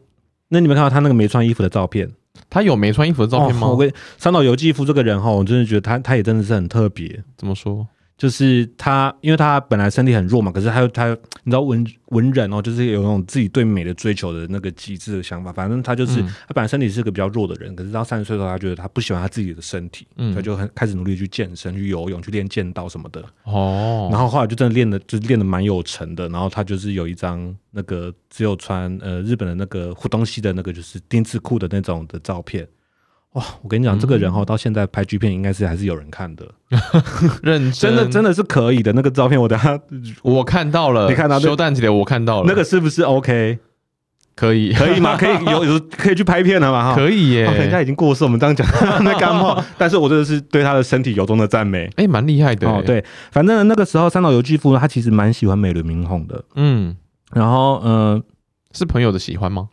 Speaker 3: 那你们看到他那个没穿衣服的照片？
Speaker 2: 他有没穿衣服的照片吗？
Speaker 3: 哦、我跟三岛由纪夫这个人哈，我真的觉得他他也真的是很特别，
Speaker 2: 怎么说？
Speaker 3: 就是他因为他本来身体很弱嘛，可是他又他又你知道文文人哦，就是有那种自己对美的追求的那个极致的想法，反正他就是、
Speaker 2: 嗯
Speaker 3: 他本来身体是个比较弱的人，可是到三十岁的时候，他觉得他不喜欢他自己的身体，
Speaker 2: 嗯
Speaker 3: 他就很开始努力去健身、去游泳、去练剑道什么的，
Speaker 2: 哦，
Speaker 3: 然
Speaker 2: 后
Speaker 3: 后后来就真的练的就是练的蛮有成的，然后他就是有一张那个只有穿呃日本的那个护东西的那个就是丁字裤的那种的照片，哇，我跟你讲，这个人哈、到现在拍剧片应该是还是有人看的，
Speaker 2: 认
Speaker 3: 真的真
Speaker 2: 的，
Speaker 3: 的是可以的。那个照片我等下
Speaker 2: 我看到了，
Speaker 3: 你看到
Speaker 2: 修蛋姐的，我看到了，
Speaker 3: 那个是不是 OK？
Speaker 2: 可以，
Speaker 3: 可以 吗？可以有有可以去拍片了嘛？哈，
Speaker 2: 可以耶，
Speaker 4: 哦人家已经过世，我们这样讲那 感冒，但是我真的是对他的身体由衷的赞美。
Speaker 2: 哎，蛮厉害的，
Speaker 3: 哦，，对，反正那个时候三岛由纪夫呢他其实蛮喜欢美轮明宏的，
Speaker 2: 嗯，
Speaker 3: 然后嗯
Speaker 2: 是朋友的喜欢吗？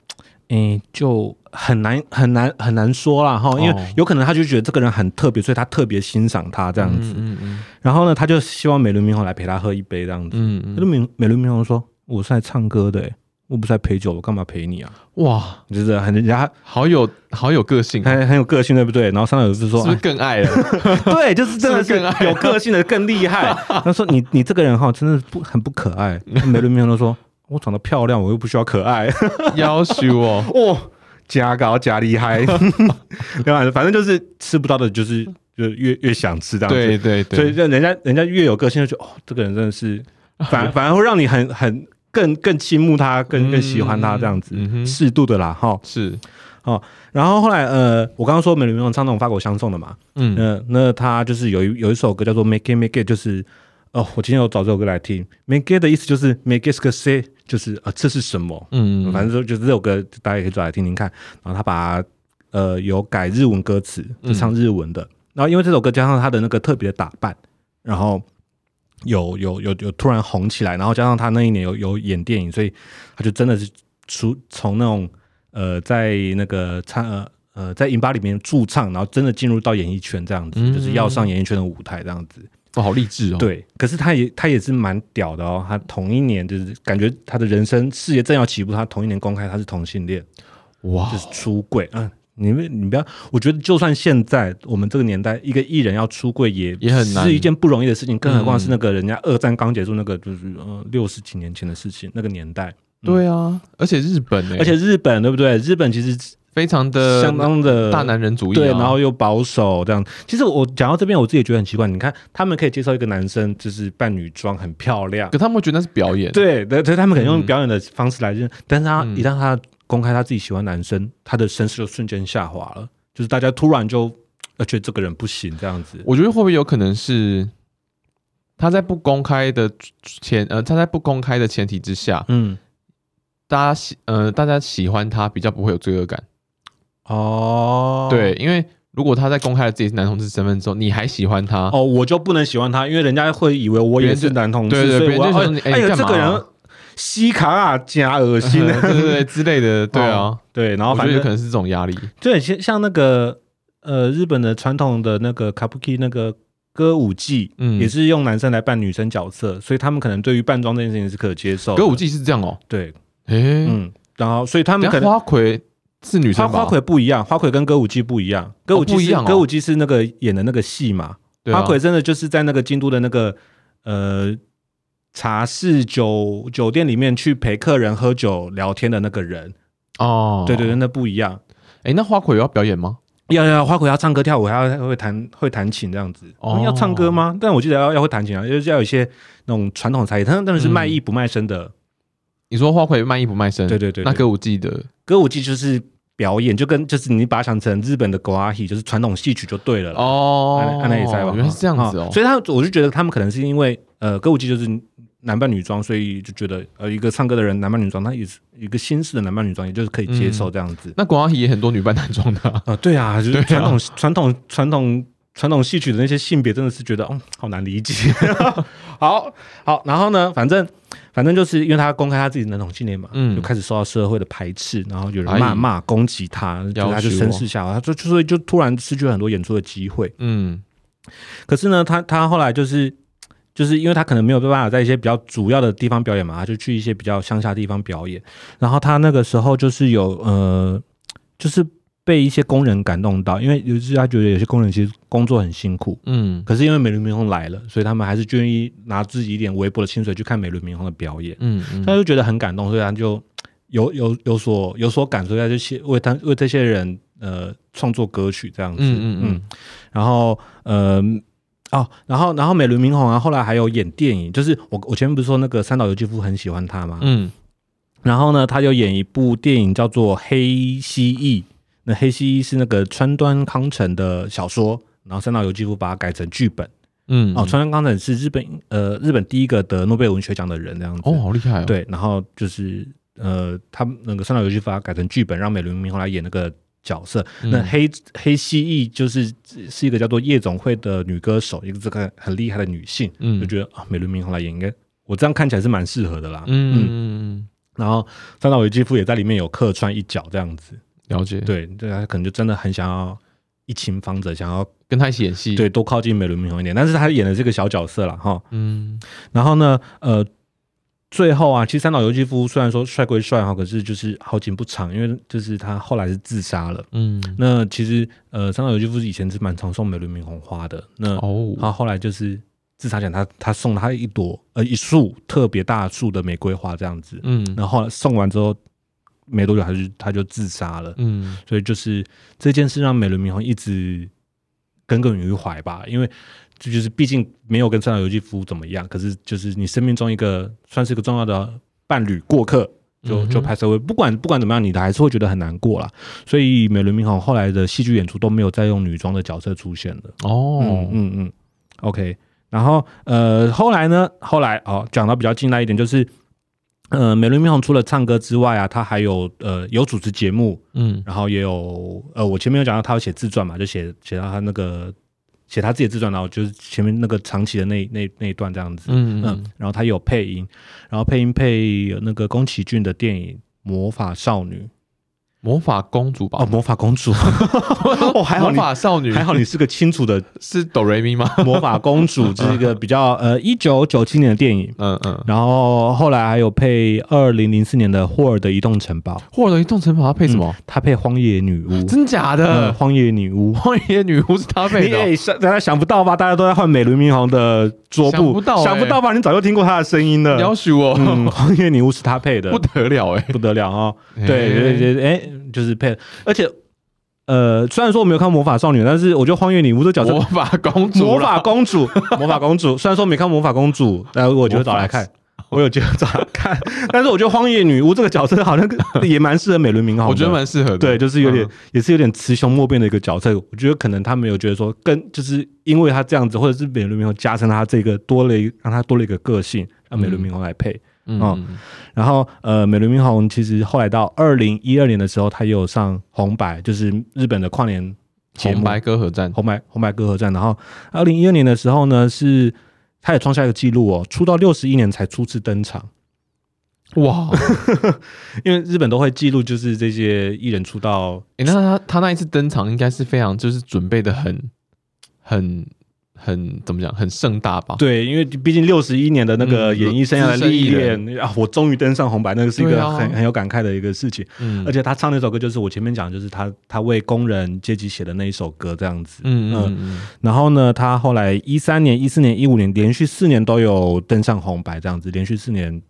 Speaker 3: 诶、就很难很难很难说啦哈，因
Speaker 2: 哦
Speaker 3: 为有可能他就觉得这个人很特别，所以他特别欣赏他
Speaker 2: 这
Speaker 3: 这样子。
Speaker 2: 嗯嗯
Speaker 3: 然后呢，他就希望美轮明宏来陪他喝一杯这样子。
Speaker 2: 嗯嗯
Speaker 3: 美轮明美轮明宏说：“我是来唱歌的、欸，我不是来陪酒，我干嘛陪你啊
Speaker 2: 嗯，哇，？”
Speaker 3: 就是很人家
Speaker 2: 好有好有个性，是啊
Speaker 3: 很很有个性，对不对？然后三岛由纪夫哎说：“哎
Speaker 2: 不是更爱 了？
Speaker 3: 对，就是真的
Speaker 2: 是不是更
Speaker 3: 是有个性的更厉 害。他说你你这个人哈，真的不很不可爱。美轮明宏都说我长得漂亮，我又不需要可爱。
Speaker 2: 要求哦，
Speaker 4: 哦，加高加 厉害，对吧？反正就是吃不到的，就是就越越想吃这样子。
Speaker 2: 对对对，
Speaker 3: 所以
Speaker 4: 所以让人家人家越有个性，就觉得哦，这个人真 的是反反而会让你很很更更倾慕他，更更喜欢他这样子
Speaker 2: 嗯嗯嗯，哼
Speaker 3: 适度的啦哈。
Speaker 2: 是，
Speaker 3: 然后后来呃，我刚刚说美轮明宏唱那种法国相送的嘛，
Speaker 2: 嗯
Speaker 3: 嗯、那他就是有一有一首歌叫做《Make It Make It》，就是哦，我今天有找这首歌来听。Make It 的意思就是 Make It s say，就是啊、呃这是什么？
Speaker 2: 嗯，
Speaker 3: 反正就就是这首歌，大家也可以找来听听看。然后他把呃有改日文歌词，就唱日文的。然后因为这首歌加上他的那个特别的打扮，然后有有有有突然红起来，然后加上他那一年有有演电影，所以他就真的是出从那种呃在那个唱呃呃在影吧里面驻唱，然后真的进入到演艺圈这样子，
Speaker 2: 嗯
Speaker 3: 就是要上演艺圈的舞台这样子。
Speaker 2: 哇，好励志哦，，
Speaker 3: 对，可是他也他也是蛮屌的哦。他同一年就是感觉他的人生事业正要起步，他同一年公开他是同性恋，
Speaker 2: 哇
Speaker 3: 就，是出柜。嗯，你们你不要，我觉得就算现在我们这个年代，一个艺人要出柜也
Speaker 2: 也很难
Speaker 3: 是一件不容易的事情，更何况
Speaker 2: 嗯
Speaker 3: 是那个人家二战刚结束那个就是呃六十几年前的事情，那个年代。
Speaker 2: 对啊，而且日本欸，
Speaker 3: 而且日本对不对？日本其实
Speaker 2: 非常的
Speaker 3: 相当的
Speaker 2: 大男人主义啊，
Speaker 3: 对，然后又保守这样。其实我讲到这边，我自己也觉得很奇怪。你看，他们可以接受一个男生就是扮女装很漂亮，
Speaker 2: 可他们会觉得那是表演，
Speaker 3: 对，但但他们可能用
Speaker 2: 嗯
Speaker 3: 表演的方式来认，但是他
Speaker 2: 嗯
Speaker 3: 一旦他公开他自己喜欢男生，他的声势就瞬间下滑了，就是大家突然就呃觉得这个人不行这样子。
Speaker 2: 我觉得会不会有可能是他在不公开的前呃，他在不公开的前提之下，
Speaker 3: 嗯，
Speaker 2: 大家喜呃大家喜欢他比较不会有罪恶感，
Speaker 3: 哦，
Speaker 2: 对，，因为如果他在公开了自己是男同志身份之后，你还喜欢他，
Speaker 3: 哦，我就不能喜欢他，因为人家会以为我也
Speaker 2: 别
Speaker 3: 是
Speaker 2: 人就
Speaker 3: 男同志，
Speaker 2: 对对
Speaker 3: 所以
Speaker 2: 别人
Speaker 3: 我要
Speaker 2: 就想说
Speaker 3: 哎
Speaker 2: 哎
Speaker 3: 哎呀，
Speaker 2: 你干
Speaker 3: 这
Speaker 2: 嘛
Speaker 3: 个人西卡啊，加恶
Speaker 2: 呃
Speaker 3: 心啊
Speaker 2: 对 对对之类的，对啊，
Speaker 3: 对，然后
Speaker 2: 我觉
Speaker 3: 反
Speaker 2: 得有
Speaker 3: 正
Speaker 2: 可能是这种压力，
Speaker 3: 对，像像那个呃日本的传统的那个卡布奇那个歌舞伎，
Speaker 2: 嗯
Speaker 3: 也是用男生来扮女生角色，所以他们可能对于扮装这件事情是可接受的。
Speaker 2: 歌舞伎是这样哦，
Speaker 3: 对，
Speaker 2: 诶，
Speaker 3: 嗯，然后所以他们
Speaker 2: 等
Speaker 3: 可
Speaker 2: 下
Speaker 3: 能。
Speaker 2: 花魁是女
Speaker 3: 花
Speaker 2: 生吧？
Speaker 3: 花魁不一样，花魁跟歌舞伎不一样，歌舞伎
Speaker 2: 不一
Speaker 3: 是、
Speaker 2: 样哦
Speaker 3: 歌舞伎是那个演的那个戏嘛，
Speaker 2: 对啊
Speaker 3: 花魁真的就是在那个京都的那个呃茶室酒酒店里面去陪客人喝酒聊天的那个人，
Speaker 2: 哦，
Speaker 3: 对对对，，那不一样。
Speaker 2: 哎，那花魁有要表演吗？
Speaker 3: 要要要花魁要唱歌跳舞，还要会弹会弹琴这样子。
Speaker 2: 哦
Speaker 3: 嗯要唱歌吗？但我记得要要会弹琴啊，就是要有一些那种传统才艺，他那是
Speaker 2: 嗯
Speaker 3: 卖艺不卖身的。那
Speaker 2: 你说花魁卖艺不卖身？
Speaker 3: 对对对对
Speaker 2: 那歌舞伎的
Speaker 3: 歌舞伎就是表演，就跟就是你把它想成日本的狗阿戏，就是传统戏曲就对了啦。
Speaker 2: 哦，
Speaker 3: 安安也在吧？
Speaker 2: 原来是这样子哦
Speaker 3: 啊，所以他我就觉得他们可能是因为呃歌舞伎就是男扮女装，所以就觉得呃一个唱歌的人男扮女装，他也是一个新式的男扮女装，也就是可以接
Speaker 2: 嗯
Speaker 3: 受这样子。
Speaker 2: 那广阿姨也很多女扮男装的啊、
Speaker 3: 啊，对啊，就
Speaker 2: 对
Speaker 3: 是
Speaker 2: 啊
Speaker 3: 传统、传统传统传统戏曲的那些性别，真的是觉得，嗯，好难理解。 好好，然后呢，反正反正就是因为他公开他自己的同性恋嘛，
Speaker 2: 嗯
Speaker 3: 就开始受到社会的排斥，然后有人
Speaker 2: 哎
Speaker 3: 骂骂攻击他，
Speaker 2: 要哦
Speaker 3: 就他就
Speaker 2: 死
Speaker 3: 声
Speaker 2: 我
Speaker 3: 势下滑，他就就所以就突然失去了很多演出的机会。
Speaker 2: 嗯，
Speaker 3: 可是呢，他他后来就是。就是因为他可能没有办法在一些比较主要的地方表演嘛，他就去一些比较乡下地方表演。然后他那个时候就是有呃，就是被一些工人感动到，因为尤其是他觉得有些工人其实工作很辛苦，
Speaker 2: 嗯
Speaker 3: 可是因为美轮明宏来了，所以他们还是愿意拿自己一点微薄的薪水去看美轮明宏的表演。
Speaker 2: 嗯嗯
Speaker 3: 他就觉得很感动，所以他就有有有所有所感，所以他就写为他为这些人呃创作歌曲这样
Speaker 2: 嗯
Speaker 3: 子。
Speaker 2: 嗯嗯，
Speaker 3: 然后呃哦，然后然后美轮明宏啊，后来还有演电影，就是我我前面不是说那个三岛由纪夫很喜欢他嘛，
Speaker 2: 嗯
Speaker 3: 然后呢，他有演一部电影叫做《黑蜥蜴》，那黑蜥蜴是那个川端康成的小说，然后三岛由纪夫把它改成剧本。
Speaker 2: 嗯，
Speaker 3: 哦，川端康成是日本呃日本第一个得诺贝尔文学奖的人，这样子。
Speaker 2: 哦，好厉害哦，，
Speaker 3: 对，然后就是呃，他们那个三岛由纪夫把它改成剧本，让美轮明宏来演那个角色。
Speaker 2: 嗯
Speaker 3: 那黑黑蜥蜴就是是一个叫做夜总会的女歌手，一个这个很厉害的女性，
Speaker 2: 嗯
Speaker 3: 就觉得啊，美轮明宏来演应该我这样看起来是蛮适合的啦。
Speaker 2: 嗯，
Speaker 3: 然后三岛由纪夫也在里面有客串一角这样子，
Speaker 2: 了解，，
Speaker 3: 对，对他可能就真的很想要一情方者，想要
Speaker 2: 跟他一起演戏，
Speaker 3: 对，多靠近美轮明宏一点，但是他演的这个小角色了哈。
Speaker 2: 嗯
Speaker 3: 然后呢，呃，最后啊，其实三岛由纪夫虽然说帅归帅哈，可是就是好景不长，因为就是他后来是自杀了。
Speaker 2: 嗯，
Speaker 3: 那其实呃，三岛由纪夫以前是蛮常送美轮明宏花的，那
Speaker 2: 哦，
Speaker 3: 他后来就是自杀前，他他送了他一朵呃一束特别大束的玫瑰花这样子，
Speaker 2: 嗯
Speaker 3: 然后后来送完之后没多久他就他就自杀了。
Speaker 2: 嗯
Speaker 3: 所以就是这件事让美轮明宏一直耿耿于怀吧，因为这就是毕竟没有跟三岛由纪夫怎么样，可是就是你生命中一个算是一个重要的伴侣过客，就
Speaker 2: 嗯哼
Speaker 3: 就拍摄会不管不管怎么样，你的还是会觉得很难过啦。所以美轮明宏后来的戏剧演出都没有再用女装的角色出现了。嗯
Speaker 2: 哦，
Speaker 3: 嗯嗯，OK。然后呃，后来呢？后来哦，讲到比较近代一点，就是呃，美轮明宏除了唱歌之外啊，他还有呃有主持节目，
Speaker 2: 嗯
Speaker 3: 然后也有呃，我前面有讲到他有写自传嘛，就写写到他那个写他自己的自传，然后就是前面那个长期的那那那一段这样子，
Speaker 2: 嗯
Speaker 3: 嗯
Speaker 2: 嗯，
Speaker 3: 然后他也有配音，然后配音配那个宫崎骏的电影《魔法少女》
Speaker 2: 魔法公主
Speaker 3: 哦，
Speaker 2: 吧，
Speaker 3: 《魔法公主》 哦，还好
Speaker 2: 魔
Speaker 3: 你
Speaker 2: 法少女，
Speaker 3: 还好你是个清楚的
Speaker 2: 是哆瑞咪吗？
Speaker 3: 魔法公 主，这是一个比较呃一九九七年的电影，
Speaker 2: 嗯嗯，
Speaker 3: 然后后来还有配二零零四年的霍尔的移动城堡，
Speaker 2: 霍尔的移动城堡他配什么？
Speaker 3: 他配荒野女巫，
Speaker 2: 真假
Speaker 3: 呃，
Speaker 2: 的？
Speaker 3: 荒野女巫。
Speaker 2: 荒野女巫是他配
Speaker 3: 你
Speaker 2: 的
Speaker 3: 哎
Speaker 2: 哦，
Speaker 3: 想大家想不到吧？大家都在换美轮明宏的桌布，
Speaker 2: 想不到欸
Speaker 3: 吧？你早就听过他的声音
Speaker 2: 要
Speaker 3: 了。
Speaker 2: 许我
Speaker 3: 嗯，荒野女巫是他配的
Speaker 2: 不，得了哎，
Speaker 3: 不得了哦。
Speaker 2: 哎
Speaker 3: 对对对，对哎、就是配，而且呃，虽然说我没有看《魔法少女》，但是我觉得荒野女巫这角色
Speaker 2: 魔，法公主啦，
Speaker 3: 魔法公主， 魔法公主，虽然说没看《魔法公主》，但我觉得找来看。我有觉得找来看，但是我觉得荒野女巫这个角 色好像跟也蛮适合美轮明宏的，
Speaker 2: 我觉得蛮适合的，
Speaker 3: 对，就是有点、
Speaker 2: 嗯
Speaker 3: 也是有点雌雄莫辩的一个角色。我觉得可能他没有觉得说跟就是因为他这样子，或者是美轮明宏加深他这个多了一让他多了一个个性，让美轮明宏来配。
Speaker 2: 嗯
Speaker 3: 哦
Speaker 2: 嗯
Speaker 3: 然后呃，美轮明宏其实后来到二零一二年的时候，他也有上红白，就是日本的跨年节
Speaker 2: 红
Speaker 3: 目
Speaker 2: 白歌合战，
Speaker 3: 红白红白歌合战。然后二零一二年的时候呢，是他也创下一个记录哦，出道六十一年才初次登场。
Speaker 2: 哇，
Speaker 3: 因为日本都会记录，就是这些艺人出道
Speaker 2: 哎、那他他那一次登场应该是非常就是准备的很很很怎么讲，很盛大吧？
Speaker 3: 对，因为毕竟六十一年的那个
Speaker 2: 嗯
Speaker 3: 演艺生涯
Speaker 2: 资
Speaker 3: 的
Speaker 2: 深艺
Speaker 3: 历练啊，我终于登上红白，那个是一
Speaker 2: 对
Speaker 3: 个
Speaker 2: 啊
Speaker 3: 很、很有感慨的一个事情。
Speaker 2: 嗯，
Speaker 3: 而且他唱那首歌，就是我前面讲，就是他他为工人阶级写的那一首歌这样子。
Speaker 2: 嗯嗯嗯
Speaker 3: 然后呢，他后来一三年、一四年、一五年连续四年都有登上红白，这样子连续四年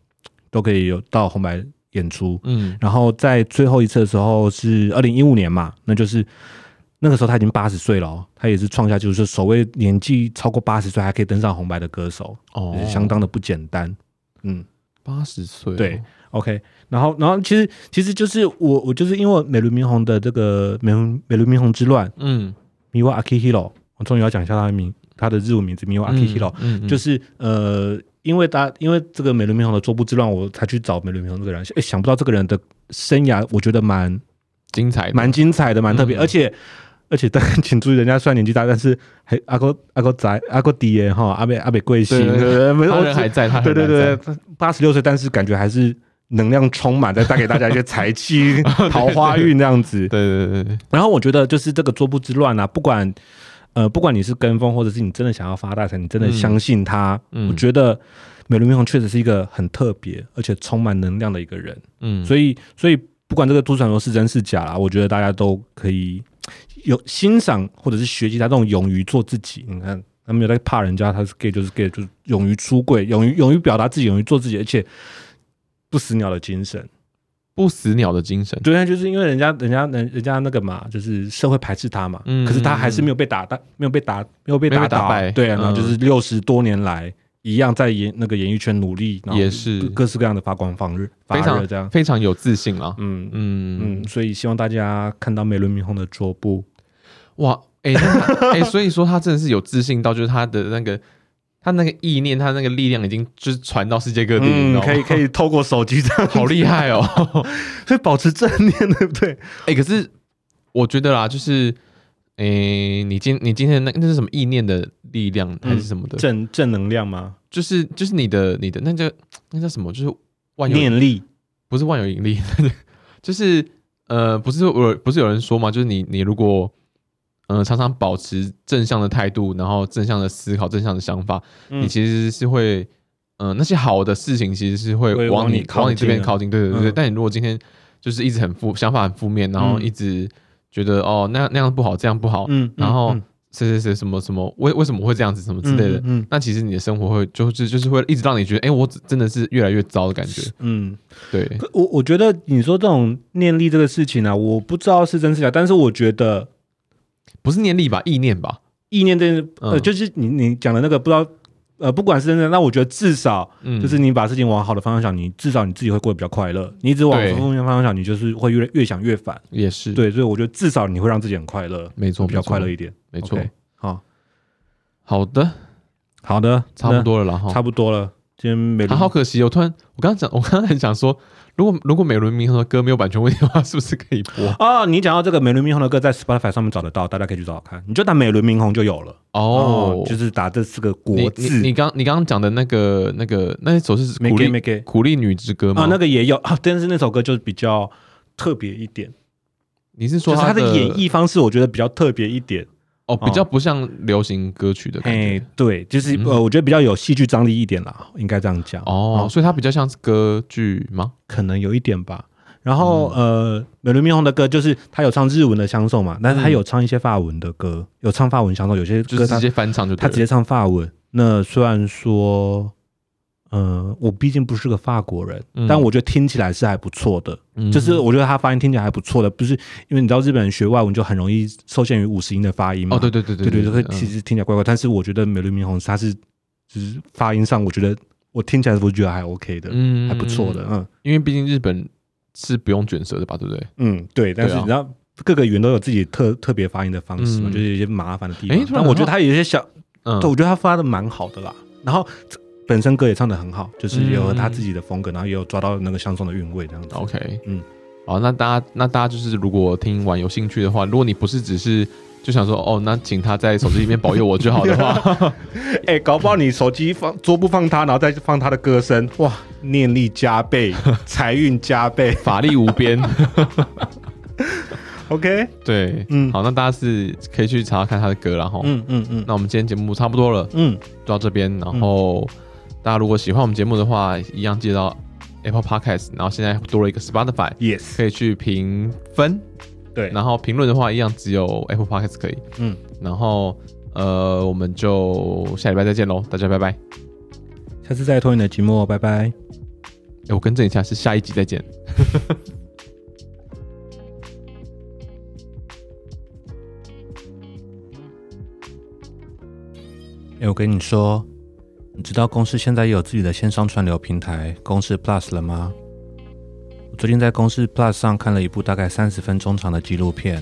Speaker 3: 都可以有到红白演出。
Speaker 2: 嗯
Speaker 3: 然后在最后一次的时候是二零一五年嘛，那就是那个时候他已经八十岁了、哦，他也是创下就是所谓年纪超过八十岁还可以登上红白的歌手，
Speaker 2: 哦
Speaker 3: 也是相当的不简单。嗯
Speaker 2: 八十岁哦，
Speaker 3: 对，OK，然后然后其实其实就是我我就是因为美轮明宏的这个美轮美轮明宏之乱
Speaker 2: 嗯，
Speaker 3: ，Miwa Akihiro，我终于要讲一下他的名，他的日文名字 Miwa
Speaker 2: 嗯
Speaker 3: Akihiro，、
Speaker 2: 嗯嗯
Speaker 3: 就是呃，因为大因为这个美轮明宏的桌布之乱，我才去找美轮明宏这个人，诶想不到这个人的生涯，我觉得蛮
Speaker 2: 精彩的，
Speaker 3: 蛮精彩的，蛮特别，
Speaker 2: 哎嗯
Speaker 3: 而且而且但请注意，人家虽然年纪大，但是还阿哥阿哥仔阿哥弟耶哈，阿贝阿贝贵姓，
Speaker 2: 对对对
Speaker 3: 对没有
Speaker 2: 他
Speaker 3: 我
Speaker 2: 人还在，他
Speaker 3: 对
Speaker 2: 人
Speaker 3: 对
Speaker 2: 还在
Speaker 3: 对，，八十六岁，但是感觉还是。能量充满，再带给大家一些财
Speaker 2: 哦
Speaker 3: 气、桃花运这样子。
Speaker 2: 对对对对，
Speaker 3: 然后我觉得就是这个桌布之乱啊，不管呃，不管你是跟风，或者是你真的想要发大财，你真的
Speaker 2: 嗯
Speaker 3: 相信他，
Speaker 2: 嗯
Speaker 3: 我觉得美轮明宏确实是一个很特别而且充满能量的一个人。
Speaker 2: 嗯，
Speaker 3: 所以，所以不管这个都市传说是真是假啦，啊我觉得大家都可以有欣赏或者是学习他这种勇于做自己。你看，他没有在怕人家，他是 gay 就是 gay，就是勇于出柜，勇于勇于表达自己，勇于做自己，而且不死鸟的精神。
Speaker 2: 不死鸟的精神，
Speaker 3: 对啊，就是因为人家人家人人家那个嘛，就是社会排斥他嘛，
Speaker 2: 嗯
Speaker 3: 嗯可是他还是没有被打打，没有被打，没有被
Speaker 2: 没有被
Speaker 3: 打倒。
Speaker 2: 打败
Speaker 3: 对啊，然后
Speaker 2: 嗯
Speaker 3: 就是六十多年来一样在演那个演艺圈努力，然后
Speaker 2: 也是
Speaker 3: 各式各样的发光放日，
Speaker 2: 非
Speaker 3: 发热
Speaker 2: 常
Speaker 3: 这样。
Speaker 2: 非常有自信啦。
Speaker 3: 嗯
Speaker 2: 嗯
Speaker 3: 嗯，所以希望大家看到美轮明宏的桌布，
Speaker 2: 哇，哎、那他哎、所以说他真的是有自信到，就是他的那个他那个意念，他那个力量已经就是传到世界各地，你知道
Speaker 4: 嗯，
Speaker 2: 吗
Speaker 4: 可以可，以透过手机这样，
Speaker 2: 好厉害哦！
Speaker 4: 所以保持正念，对不对？
Speaker 2: 哎、可是我觉得啦，就是哎、你今你今天的那那是什么意念的力量还是
Speaker 3: 嗯
Speaker 2: 什么的？
Speaker 3: 正正能量吗？
Speaker 2: 就是就是你的你的那叫那叫什么？就是万有
Speaker 3: 念力，
Speaker 2: 不是万有引力， 就是呃，不是我不是有人说嘛，就是你你如果呃常常保持正向的态度，然后正向的思考、正向的想法，
Speaker 3: 嗯
Speaker 2: 你其实是会呃那些好的事情其实是会
Speaker 3: 会
Speaker 2: 往
Speaker 3: 往
Speaker 2: 你
Speaker 3: 你靠
Speaker 2: 往你这边
Speaker 3: 近啊
Speaker 2: 靠近，对对对对。
Speaker 3: 嗯
Speaker 2: 但你如果今天就是一直很负想法很负面，然后
Speaker 3: 嗯
Speaker 2: 一直觉得、哦那那样不好，这样不好，
Speaker 3: 嗯，
Speaker 2: 哦然后
Speaker 3: 嗯
Speaker 2: 谁谁谁什么什么为为什么会这样子什么之类的。
Speaker 3: 嗯嗯
Speaker 2: 那其实你的生活会就是就是会一直让你觉得，哎、我真的是越来越糟的感 觉。
Speaker 3: 嗯，
Speaker 2: 对，
Speaker 3: 可我我觉得你说这种念力这个事情啊，我不知道是真是假，但是我觉得
Speaker 2: 不是念力吧，意念吧。
Speaker 3: 意念这件事，呃，
Speaker 2: 嗯
Speaker 3: 就是你你讲的那个不知道，呃，不管是真的，那我觉得至少
Speaker 2: 嗯，
Speaker 3: 就是你把事情往好的方向想，你至少你自己会过得比较快乐。你一直往
Speaker 2: 对
Speaker 3: 负面方向想，你就是会越越想越烦。
Speaker 2: 也是，，
Speaker 3: 对，所以我觉得至少你会让自己很快乐，
Speaker 2: 没错，
Speaker 3: 比较
Speaker 2: 没错
Speaker 3: 快乐，一点。
Speaker 2: 没错。
Speaker 3: OK，好
Speaker 2: 好的，
Speaker 3: 好的，
Speaker 2: 差不多了啦哈
Speaker 3: 那，差不多了。今天美
Speaker 2: 啊
Speaker 3: 轮
Speaker 2: 好可惜哦，我突然，我刚刚讲，我刚刚很想说，如果如果美轮明宏的歌没有版权问题的话，是不是可以 播？
Speaker 3: 哦，你讲到这个美轮明宏的歌，在 Spotify 上面找得到，大家可以去找找看。你就打美轮明宏就有了啊
Speaker 2: 哦，
Speaker 3: 就是打这四个
Speaker 2: 你
Speaker 3: 国
Speaker 2: 你
Speaker 3: 字啊
Speaker 2: 你刚你刚刚讲的那个那个那首是
Speaker 3: 没
Speaker 2: 苦
Speaker 3: 给
Speaker 2: 力
Speaker 3: 没给
Speaker 2: 苦力女之歌吗？
Speaker 3: 啊，那个也有啊，但是那首歌就是比较特别一点。
Speaker 2: 你是说
Speaker 3: 就是他
Speaker 2: 的
Speaker 3: 的演绎方式，我觉得比较特别一点。
Speaker 2: 哦，比较不像流行歌曲的感
Speaker 3: 哎
Speaker 2: 觉，
Speaker 3: 对，就是、呃，我觉得比较有戏剧张力一点啦，应该这样讲。
Speaker 2: 哦，所以它比较像是歌剧吗？
Speaker 3: 可能有一点吧。然
Speaker 2: 嗯
Speaker 3: 后、呃，美轮明宏的歌就是他有唱日文的相送嘛，但是他有唱一些法文的歌，有唱法文相送，有些
Speaker 2: 就
Speaker 3: 歌
Speaker 2: 是
Speaker 3: 他
Speaker 2: 直接翻唱就对
Speaker 3: 他
Speaker 2: 了
Speaker 3: 直接唱法文。那虽然接嗯，我毕竟不是个法国人，
Speaker 2: 嗯
Speaker 3: 但我觉得听起来是还不错的，
Speaker 2: 嗯
Speaker 3: 就是我觉得他发音听起来还不错的，不是因为你知道日本人学外文就很容易受限于五十音的发音嘛，
Speaker 2: 哦，对对对
Speaker 3: 对
Speaker 2: 对
Speaker 3: 对对，其
Speaker 2: 嗯
Speaker 3: 实听起来怪怪，但是我觉得美轮明宏他是就是发音上，我觉得我听起来我觉得还 OK 的，
Speaker 2: 嗯
Speaker 3: 还不错的，，嗯
Speaker 2: 因为毕竟日本是不用卷舌的吧，对不对？
Speaker 3: 嗯，对。但是
Speaker 2: 对啊
Speaker 3: 你知道各个语言都有自己特特别发音的方式嘛，
Speaker 2: 嗯
Speaker 3: 就是有一些麻烦的地
Speaker 2: 诶
Speaker 3: 方。
Speaker 2: 突然
Speaker 3: 但我觉得他有一些小，
Speaker 2: 嗯
Speaker 3: 对，我觉得他发的蛮好的啦。然后本身歌也唱的很好，就是也有
Speaker 2: 嗯
Speaker 3: 他自己的风格，然后也有抓到那个相送的韵味这样子。
Speaker 2: OK，嗯
Speaker 3: 嗯，
Speaker 2: 好，那大家那大家就是如果听完有兴趣的话，如果你不是只是就想说哦，那请他在手机里面保佑我就好的话，
Speaker 3: 哎、搞不好你手机放桌布放他，然后再放他的歌声，哇，念力加 倍，财运加倍。
Speaker 2: 法力无边。
Speaker 3: OK，
Speaker 2: 对，嗯，
Speaker 3: 嗯
Speaker 2: 好，那大家是可以去查查看他的歌啦，然后，
Speaker 3: 嗯嗯嗯
Speaker 2: 那我们今天节目差不多了，
Speaker 3: 嗯，
Speaker 2: 就到这边。然后大家如果喜欢我们节目的话，一样记得到 Apple Podcast，然后现在多了一个 Spotify，
Speaker 3: Yes，
Speaker 2: 可以去评分。
Speaker 3: 对，
Speaker 2: 然后评论的话，一样只有 Apple Podcast 可以。
Speaker 3: 嗯，
Speaker 2: 然后呃，我们就下礼拜再见喽，大家拜拜。
Speaker 3: 下次再拖你的寂寞，拜拜。
Speaker 2: 哎，我更正一下，是下一集再见。
Speaker 3: 哎、我跟你说，你知道公司现在也有自己的线上串流平台公司 Plus 了吗？我最近在公司 Plus 上看了一部大概三十分钟长的纪录片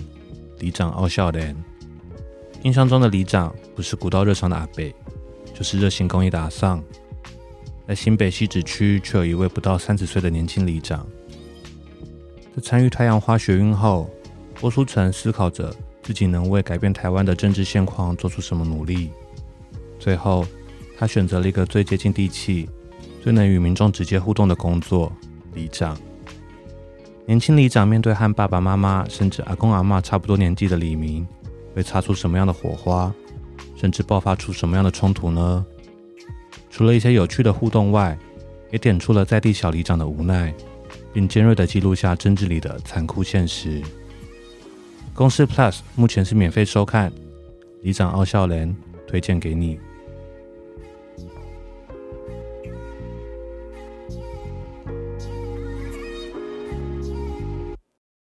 Speaker 3: 《里长傲笑脸》。印象中的里长不是古道热肠的阿北，就是热心公益的阿丧。在新北西子区，却有一位不到三十岁的年轻里长，在参与太阳花学运后，郭书成思考着自己能为改变台湾的政治现况做出什么努力。最后，他选择了一个最接近地气、最能与民众直接互动的工作——里长。年轻里长面对和爸爸妈妈甚至阿公阿嬷差不多年纪的李明，会擦出什么样的火花，甚至爆发出什么样的冲突呢？除了一些有趣的互动外，也点出了在地小里长的无奈，并尖锐地记录下政治里的残酷现实。公司 Plus 目前是免费收看，里长傲笑人推荐给你。